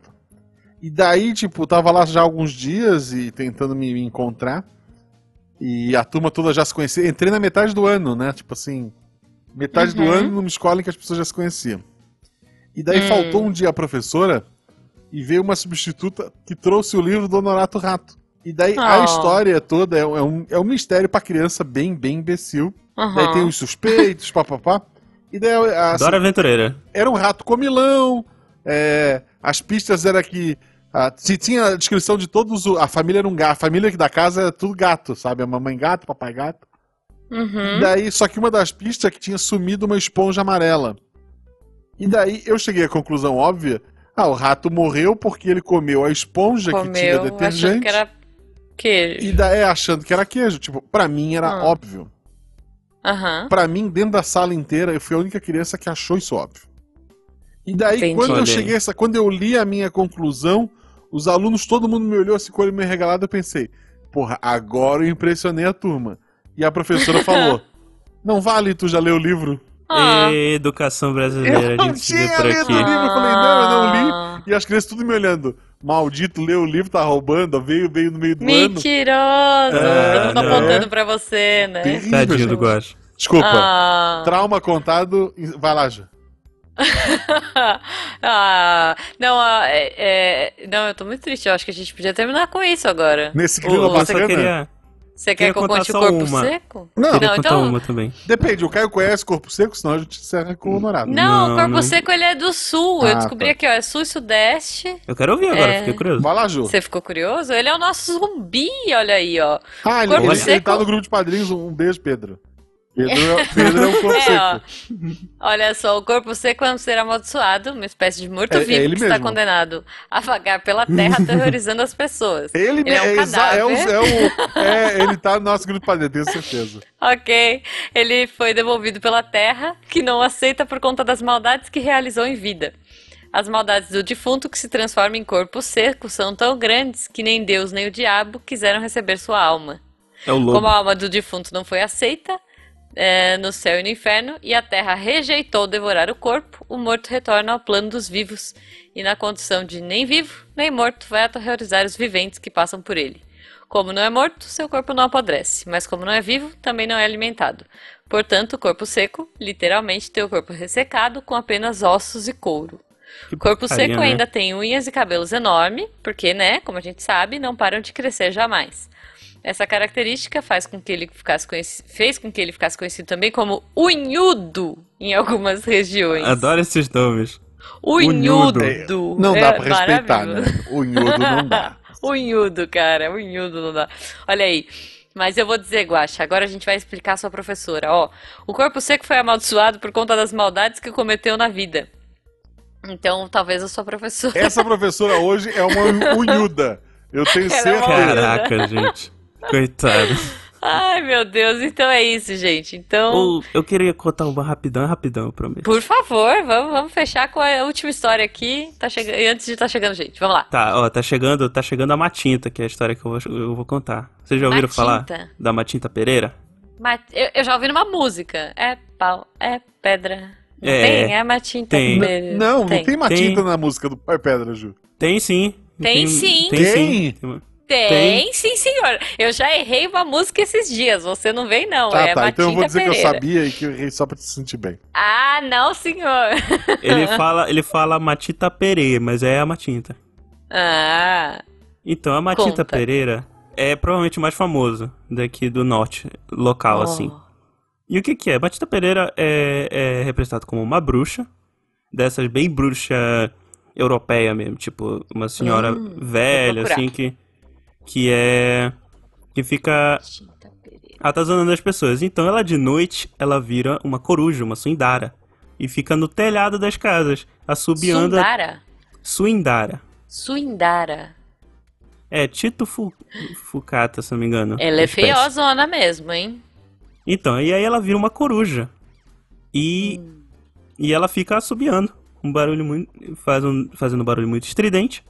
Speaker 2: E daí, tipo, eu tava lá já há alguns dias e tentando me me encontrar. E a turma toda já se conhecia. Entrei na metade do ano, né? Tipo assim, metade do
Speaker 1: Uhum.
Speaker 2: ano numa escola em que as pessoas já se conheciam. E daí
Speaker 1: Hum.
Speaker 2: faltou um dia a professora e veio uma substituta que trouxe o livro do Honorato Rato. E daí a
Speaker 1: Oh.
Speaker 2: história toda é um, é um, é um mistério pra criança bem, bem imbecil. Daí tem
Speaker 1: Aham.
Speaker 2: os suspeitos, papapá. E daí a-
Speaker 3: Dora Aventureira.
Speaker 2: era um rato comilão. é, as pistas era que. ah, se tinha a descrição de todos. o- A família era um gato. A família aqui da casa era tudo gato, sabe? A mamãe gato, papai gato.
Speaker 1: Uhum.
Speaker 2: E daí, só que uma das pistas é que tinha sumido uma esponja amarela. E daí eu cheguei à conclusão óbvia. Ah, o rato morreu porque ele comeu a esponja que tinha
Speaker 1: Comeu, achando
Speaker 2: detergente.
Speaker 1: que era queijo.
Speaker 2: E daí achando que era queijo. Tipo, pra mim era
Speaker 1: Ah.
Speaker 2: óbvio.
Speaker 1: Aham.
Speaker 2: Pra mim, dentro da sala inteira, eu fui a única criança que achou isso óbvio. E daí,
Speaker 1: Entendi.
Speaker 2: quando eu
Speaker 3: Olha aí.
Speaker 2: cheguei, a essa, quando eu li a minha conclusão, os alunos, todo mundo me olhou assim com o olho meio regalado, eu pensei, porra, agora eu impressionei a turma. E a professora falou, não vale, tu já leu o livro.
Speaker 1: Ah.
Speaker 3: Ê, educação brasileira,
Speaker 2: Eu
Speaker 3: a
Speaker 2: não
Speaker 3: gente se vê
Speaker 2: tinha
Speaker 3: por
Speaker 2: lido o
Speaker 3: aqui.
Speaker 2: livro. eu falei, não, eu não
Speaker 1: Ah.
Speaker 2: E as crianças tudo me olhando, maldito, leu o livro, tá roubando, ó, veio, veio no meio do ano.
Speaker 1: Mentiroso!
Speaker 2: É,
Speaker 3: Ah,
Speaker 1: Todo mundo
Speaker 2: né?
Speaker 3: não.
Speaker 1: apontando pra você, né?
Speaker 2: Terrível,
Speaker 3: Tadinho do
Speaker 2: gente.
Speaker 3: Guacho.
Speaker 2: Desculpa,
Speaker 1: Ah.
Speaker 2: trauma contado, vai lá, já.
Speaker 1: Ah. Não, ah, é- é- não, eu tô muito triste. Eu acho que a gente podia terminar com isso agora.
Speaker 2: Nesse
Speaker 3: Ô,
Speaker 2: clima
Speaker 3: eu
Speaker 2: bacana...
Speaker 3: só queria,
Speaker 1: Você quer
Speaker 3: Queria
Speaker 1: que eu
Speaker 3: contar
Speaker 1: conte o
Speaker 3: só
Speaker 1: corpo
Speaker 3: uma.
Speaker 1: seco?
Speaker 2: Não,
Speaker 3: queria
Speaker 1: Não,
Speaker 3: contar
Speaker 1: então-
Speaker 3: uma também.
Speaker 2: Depende, o Caio conhece Corpo Seco, senão a gente encerra com o Honorado.
Speaker 1: Não, o
Speaker 3: Não,
Speaker 1: corpo
Speaker 3: não.
Speaker 1: seco ele é do sul.
Speaker 2: Ah,
Speaker 1: eu descobri
Speaker 2: tá.
Speaker 1: aqui, ó, é sul e sudeste.
Speaker 3: Eu quero ouvir agora,
Speaker 1: É.
Speaker 3: fiquei curioso.
Speaker 2: Vai lá, Ju.
Speaker 1: Você ficou curioso? Ele é o nosso zumbi, olha aí, ó.
Speaker 2: Ah, ele,
Speaker 1: Corpo
Speaker 2: ele, ele
Speaker 1: Seco-
Speaker 2: tá no grupo de padrinhos. Um um beijo, Pedro. Pedro é, Pedro é um corpo
Speaker 1: É, ó.
Speaker 2: seco.
Speaker 1: Olha só, o corpo seco é um ser amaldiçoado, uma espécie de morto-vivo
Speaker 2: É- é ele
Speaker 1: que está
Speaker 2: mesmo.
Speaker 1: condenado a vagar pela terra aterrorizando as pessoas.
Speaker 2: Ele,
Speaker 1: Ele é um
Speaker 2: é, exa- é o-
Speaker 1: cadáver.
Speaker 2: é o- é, ele tá no nosso grupo padrão, tenho certeza.
Speaker 1: Ok, ele foi devolvido pela Terra, que não aceita por conta das maldades que realizou em vida. As maldades do defunto que se transforma em corpo seco são tão grandes que nem Deus nem o diabo quiseram receber sua alma.
Speaker 3: É o
Speaker 1: Como
Speaker 3: lobo.
Speaker 1: a alma do defunto não foi aceita, eh, no céu e no inferno, e a terra rejeitou devorar o corpo, o morto retorna ao plano dos vivos, e na condição de nem vivo, nem morto, vai aterrorizar os viventes que passam por ele. Como não é morto, seu corpo não apodrece, mas como não é vivo, também não é alimentado. Portanto, o corpo seco, literalmente, tem o corpo ressecado com apenas ossos e couro.
Speaker 3: Que
Speaker 1: O corpo
Speaker 3: porcaria,
Speaker 1: seco
Speaker 3: né?
Speaker 1: ainda tem unhas e cabelos enormes, porque, né, como a gente sabe, não param de crescer jamais. Essa característica faz com que ele ficasse conheci- fez com que ele ficasse conhecido também como unhudo em algumas regiões.
Speaker 3: Adoro esses nomes.
Speaker 1: Unhudo.
Speaker 2: É, não dá
Speaker 1: É
Speaker 2: pra respeitar, né?
Speaker 1: maravilhoso.
Speaker 2: O Nhudo não dá.
Speaker 1: Unhudo, cara, unhudo não dá. Olha aí. Mas eu vou dizer, Guaxa, agora a gente vai explicar a sua professora. Ó, o corpo seco foi amaldiçoado por conta das maldades que cometeu na vida. Então, talvez a sua professora.
Speaker 2: Essa professora hoje é uma unhuda. Eu tenho
Speaker 1: Ela é uma
Speaker 2: certeza.
Speaker 1: unhuda.
Speaker 3: Caraca, gente. Coitado.
Speaker 1: Ai, meu Deus, então é isso, gente. Então,
Speaker 3: Ou eu queria contar uma rapidão, rapidão, eu prometo.
Speaker 1: por favor, vamos, vamos fechar com a última história aqui. Tá chegando, antes de tá chegando, gente. Vamos lá.
Speaker 3: Tá, ó, tá chegando, tá chegando a Matinta, que é a história que eu vou, eu vou contar. Vocês já ouviram falar
Speaker 1: Matinta?
Speaker 3: da Matinta Pereira?
Speaker 1: Ma- Eu, eu já ouvi numa música. É pau, é pedra. Não
Speaker 3: É,
Speaker 1: tem? É matinta.
Speaker 3: tem.
Speaker 1: primeiro.
Speaker 2: Não, não tem, matinta
Speaker 3: Tem.
Speaker 2: na música do Pai Pedra, Ju.
Speaker 3: Tem sim.
Speaker 1: Tem sim.
Speaker 3: Tem sim.
Speaker 2: Tem?
Speaker 3: Tem-
Speaker 1: Tem,
Speaker 3: Tem.
Speaker 1: sim, senhor. Eu já errei uma música esses dias. Você não vem, não.
Speaker 2: Ah,
Speaker 1: é
Speaker 2: tá. Então eu vou
Speaker 1: Matinta
Speaker 2: dizer que eu
Speaker 1: Pereira.
Speaker 2: sabia e que eu errei só pra te sentir bem.
Speaker 1: Ah, não, senhor.
Speaker 3: Ele fala, ele fala Matita Pereira, mas é a Matinta.
Speaker 1: Ah,
Speaker 3: Então, a Matita
Speaker 1: Conta.
Speaker 3: Pereira é provavelmente o mais famoso daqui do norte, local,
Speaker 1: ó.
Speaker 3: assim. E o que que é? Batista Pereira é, é representado como uma bruxa, dessas bem bruxa europeia mesmo, tipo uma senhora
Speaker 1: Hum,
Speaker 3: velha,
Speaker 1: vou procurar.
Speaker 3: assim, que, que é... que fica
Speaker 1: Matinta Pereira.
Speaker 3: atazanando as pessoas. Então ela de noite, ela vira uma coruja, uma suindara, e fica no telhado das casas, assobiando... a-
Speaker 1: Sundara?
Speaker 3: Suindara.
Speaker 1: Suindara.
Speaker 3: É, Tito Fu- Fucata, se não me engano.
Speaker 1: Ela
Speaker 3: a
Speaker 1: é
Speaker 3: espécie.
Speaker 1: feiosona mesmo, hein?
Speaker 3: Então, e aí ela vira uma coruja. E, e ela fica assobiando. Um barulho muito. Faz um, fazendo um barulho muito estridente.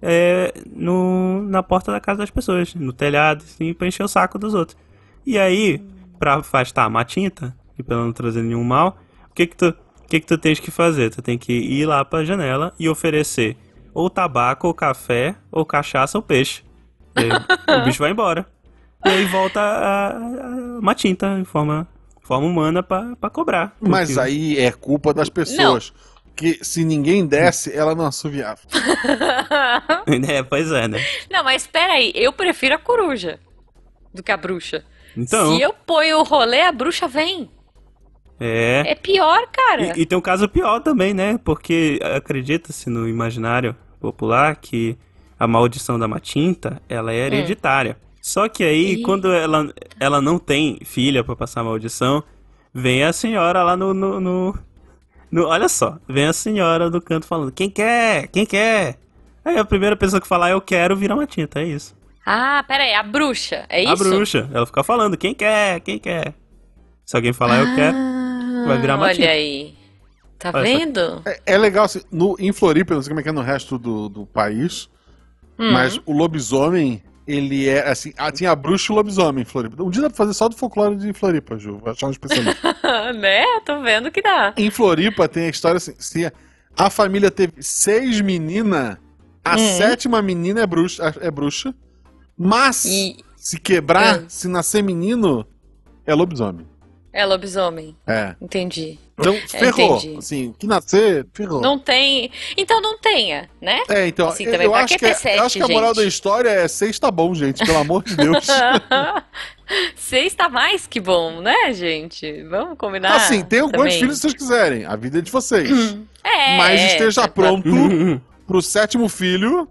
Speaker 3: é, no, na porta da casa das pessoas, no telhado, assim, pra encher o saco dos outros. E aí, pra afastar a matinta, e pra ela não trazer nenhum mal, o que que tu, o que que tu tens que fazer? Tu tem que ir lá pra janela e oferecer ou tabaco, ou café, ou cachaça, ou peixe. E aí, o bicho vai embora. E aí volta a, a- uma tinta em forma, forma humana pra, pra cobrar.
Speaker 2: Mas
Speaker 3: Porque-
Speaker 2: aí é culpa das pessoas. Que se ninguém desse, ela não assoviava.
Speaker 3: É, pois é, né?
Speaker 1: Não, mas espera aí, eu prefiro a coruja do que a bruxa.
Speaker 3: Então,
Speaker 1: Se eu ponho o rolê, a bruxa vem.
Speaker 3: é...
Speaker 1: É pior, cara.
Speaker 3: E, e tem um caso pior também, né? Porque acredita-se no imaginário popular que a maldição da Matinta, ela
Speaker 1: Hum.
Speaker 3: é hereditária. Só que aí,
Speaker 1: Ih.
Speaker 3: quando ela, ela não tem filha pra passar a maldição, vem a senhora lá no, no, no- no- Olha só, vem a senhora do canto falando, quem quer? Quem quer? Aí a primeira pessoa que falar, eu quero, vira Matinta, é isso.
Speaker 1: Ah, pera aí, a bruxa, é
Speaker 3: A
Speaker 1: isso?
Speaker 3: bruxa, ela fica falando, quem quer? Quem quer? Se alguém falar, eu quero... é vai virar
Speaker 1: Ah,
Speaker 3: matinta.
Speaker 1: Olha aí. Tá
Speaker 3: Olha só.
Speaker 1: vendo?
Speaker 2: É, é legal, assim, no, em Floripa, eu não sei como é que é no resto do, do país,
Speaker 1: Hum.
Speaker 2: mas o lobisomem, ele é assim. Ah, tinha a bruxa e o lobisomem em Floripa. Um dia dá pra fazer só do folclore de Floripa, Ju. Vou achar um especialista.
Speaker 1: né? Tô vendo que dá.
Speaker 2: em Floripa tem a história assim: se a família teve seis meninas, a
Speaker 1: Hum.
Speaker 2: sétima menina é bruxa. É bruxa mas
Speaker 1: E
Speaker 2: se quebrar,
Speaker 1: Hum.
Speaker 2: se nascer menino, é lobisomem.
Speaker 1: é lobisomem,
Speaker 2: É.
Speaker 1: entendi.
Speaker 2: Então, ferrou.
Speaker 1: É, entendi.
Speaker 2: Assim, que nascer, ferrou.
Speaker 1: Não tem. Então não tenha, né?
Speaker 2: É, então,
Speaker 1: Assim,
Speaker 2: eu,
Speaker 1: também,
Speaker 2: eu
Speaker 1: pra
Speaker 2: acho
Speaker 1: que
Speaker 2: que, é-
Speaker 1: ter
Speaker 2: eu acho que a
Speaker 1: sete,
Speaker 2: moral
Speaker 1: gente?
Speaker 2: da história é seis tá bom, gente, pelo amor de Deus.
Speaker 1: Seis tá mais que bom, né, gente? Vamos combinar.
Speaker 2: assim, tenham quantos
Speaker 1: também.
Speaker 2: filhos vocês quiserem, a vida é de vocês.
Speaker 1: É,
Speaker 2: Mas
Speaker 1: é,
Speaker 2: esteja
Speaker 1: tá-
Speaker 2: pronto pro sétimo filho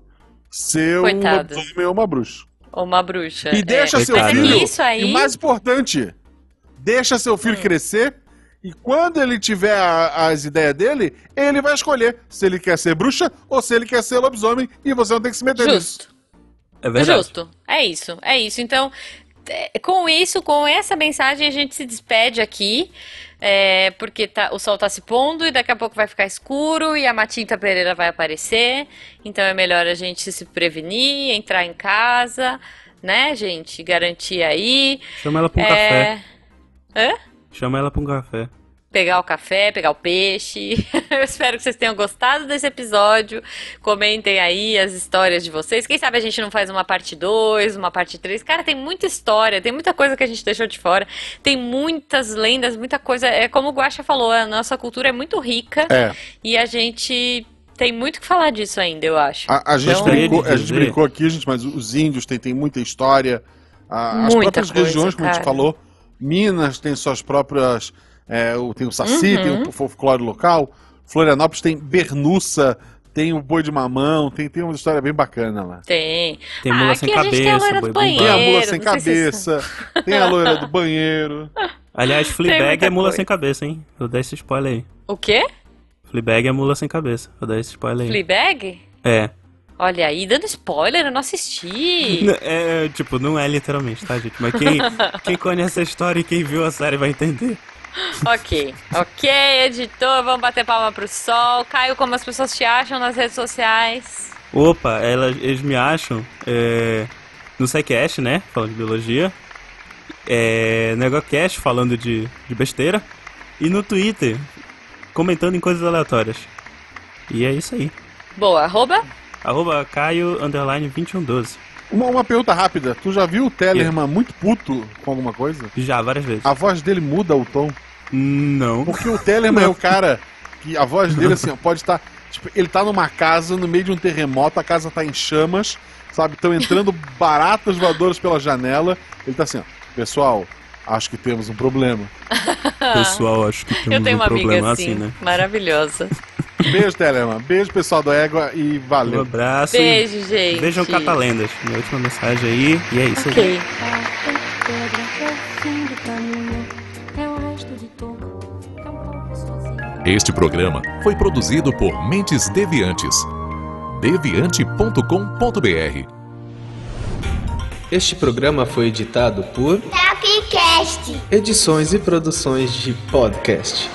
Speaker 2: ser um
Speaker 1: Coitado.
Speaker 2: lobisomem ou uma bruxa.
Speaker 1: Ou uma bruxa.
Speaker 2: E deixa
Speaker 1: é.
Speaker 2: seu
Speaker 1: Mas é que
Speaker 2: filho.
Speaker 1: isso aí. Hum.
Speaker 2: E mais importante, Deixa seu filho crescer e quando ele tiver a- as ideias dele, ele vai escolher se ele quer ser bruxa ou se ele quer ser lobisomem e você não tem que se meter nisso.
Speaker 1: Justo.
Speaker 3: É verdade.
Speaker 1: Justo. É isso, é isso. Então, é, com isso, com essa mensagem, a gente se despede aqui, é, porque tá- o sol tá se pondo e daqui a pouco vai ficar escuro e a Matinta Pereira vai aparecer. Então é melhor a gente se prevenir, entrar em casa, né, gente? Garantir aí.
Speaker 3: Chama ela pra um
Speaker 1: É,
Speaker 3: café. Chama ela pra um café.
Speaker 1: pegar o café, pegar o peixe. Eu espero que vocês tenham gostado desse episódio. Comentem aí as histórias de vocês. Quem sabe a gente não faz uma parte 2, uma parte 3. Cara, tem muita história, tem muita coisa que a gente deixou de fora. Tem muitas lendas, muita coisa. É como o Guaxa falou, a nossa cultura é muito rica
Speaker 2: É,
Speaker 1: e a gente tem muito o que falar disso ainda, eu acho.
Speaker 2: a, a gente
Speaker 1: Então-
Speaker 2: brincou, a gente
Speaker 3: Gostaria de
Speaker 2: brincou aqui, gente, mas os índios têm, têm muita história. A- as
Speaker 1: Muita
Speaker 2: próprias
Speaker 1: coisa,
Speaker 2: regiões, como a gente
Speaker 1: cara.
Speaker 2: falou, Minas tem suas próprias. é, o- tem o Saci,
Speaker 1: Uhum.
Speaker 2: tem o folclore local. Florianópolis tem Bernuça, tem o Boi de Mamão, tem, tem uma história bem bacana lá.
Speaker 1: Tem.
Speaker 3: Tem
Speaker 1: Ah,
Speaker 3: mula sem
Speaker 1: aqui a gente tem a
Speaker 3: cabeça,
Speaker 1: loira do
Speaker 3: boi
Speaker 2: Tem a
Speaker 1: banheiro.
Speaker 3: bumbá.
Speaker 2: mula sem
Speaker 1: não sei se é vocês-
Speaker 2: cabeça, tem a loira do banheiro.
Speaker 3: Aliás, Fleabag
Speaker 1: muita
Speaker 3: é mula
Speaker 1: coisa.
Speaker 3: sem cabeça, hein? Eu dei esse spoiler aí.
Speaker 1: O quê?
Speaker 3: Fleabag é mula sem cabeça. Eu dei esse spoiler aí.
Speaker 1: Fleabag?
Speaker 3: É.
Speaker 1: Olha aí, dando spoiler, eu não assisti.
Speaker 3: N- É, tipo, não é literalmente, tá, gente? Mas quem, quem conhece a história e quem viu a série vai entender.
Speaker 1: Ok, ok, editor, vamos bater palma pro sol. Caio, como as pessoas te acham nas redes sociais?
Speaker 3: Opa, ela- eles me acham é, no SciCast, né? Falando de biologia. É, NegoCast, falando de, de besteira. E no Twitter, comentando em coisas aleatórias. E é isso aí.
Speaker 1: Boa, arroba?
Speaker 3: Arroba Caio, underline 2112.
Speaker 2: Uma, uma pergunta rápida: tu já viu o Tellerman muito puto com alguma coisa?
Speaker 3: Já, várias vezes.
Speaker 2: A voz dele muda o tom?
Speaker 3: Não.
Speaker 2: Porque o Tellerman é o cara que a voz dele, assim, ó, pode estar. tipo, ele tá numa casa, no meio de um terremoto, a casa tá em chamas, sabe? Estão entrando baratas voadoras pela janela. Ele tá assim, ó, pessoal, acho que temos um problema.
Speaker 3: Pessoal, acho que temos
Speaker 1: Ah. Eu tenho
Speaker 3: um
Speaker 1: uma amiga
Speaker 3: problema
Speaker 1: assim,
Speaker 3: né?
Speaker 1: maravilhosa.
Speaker 2: Beijo, Tellerman. Beijo, pessoal do Égua, e
Speaker 3: Um
Speaker 2: valeu.
Speaker 3: abraço. e
Speaker 1: Beijo, gente.
Speaker 3: Vejam Catalendas. Minha última mensagem aí. E é isso aí.
Speaker 1: Ok.
Speaker 4: pedra é o fim do caminho, é o resto de toco, é um pouco sozinho.
Speaker 5: Este programa foi produzido por Mentes Deviantes. deviante.com.br
Speaker 6: Este programa foi editado por
Speaker 7: Tapcast.
Speaker 6: Edições e Produções de Podcast.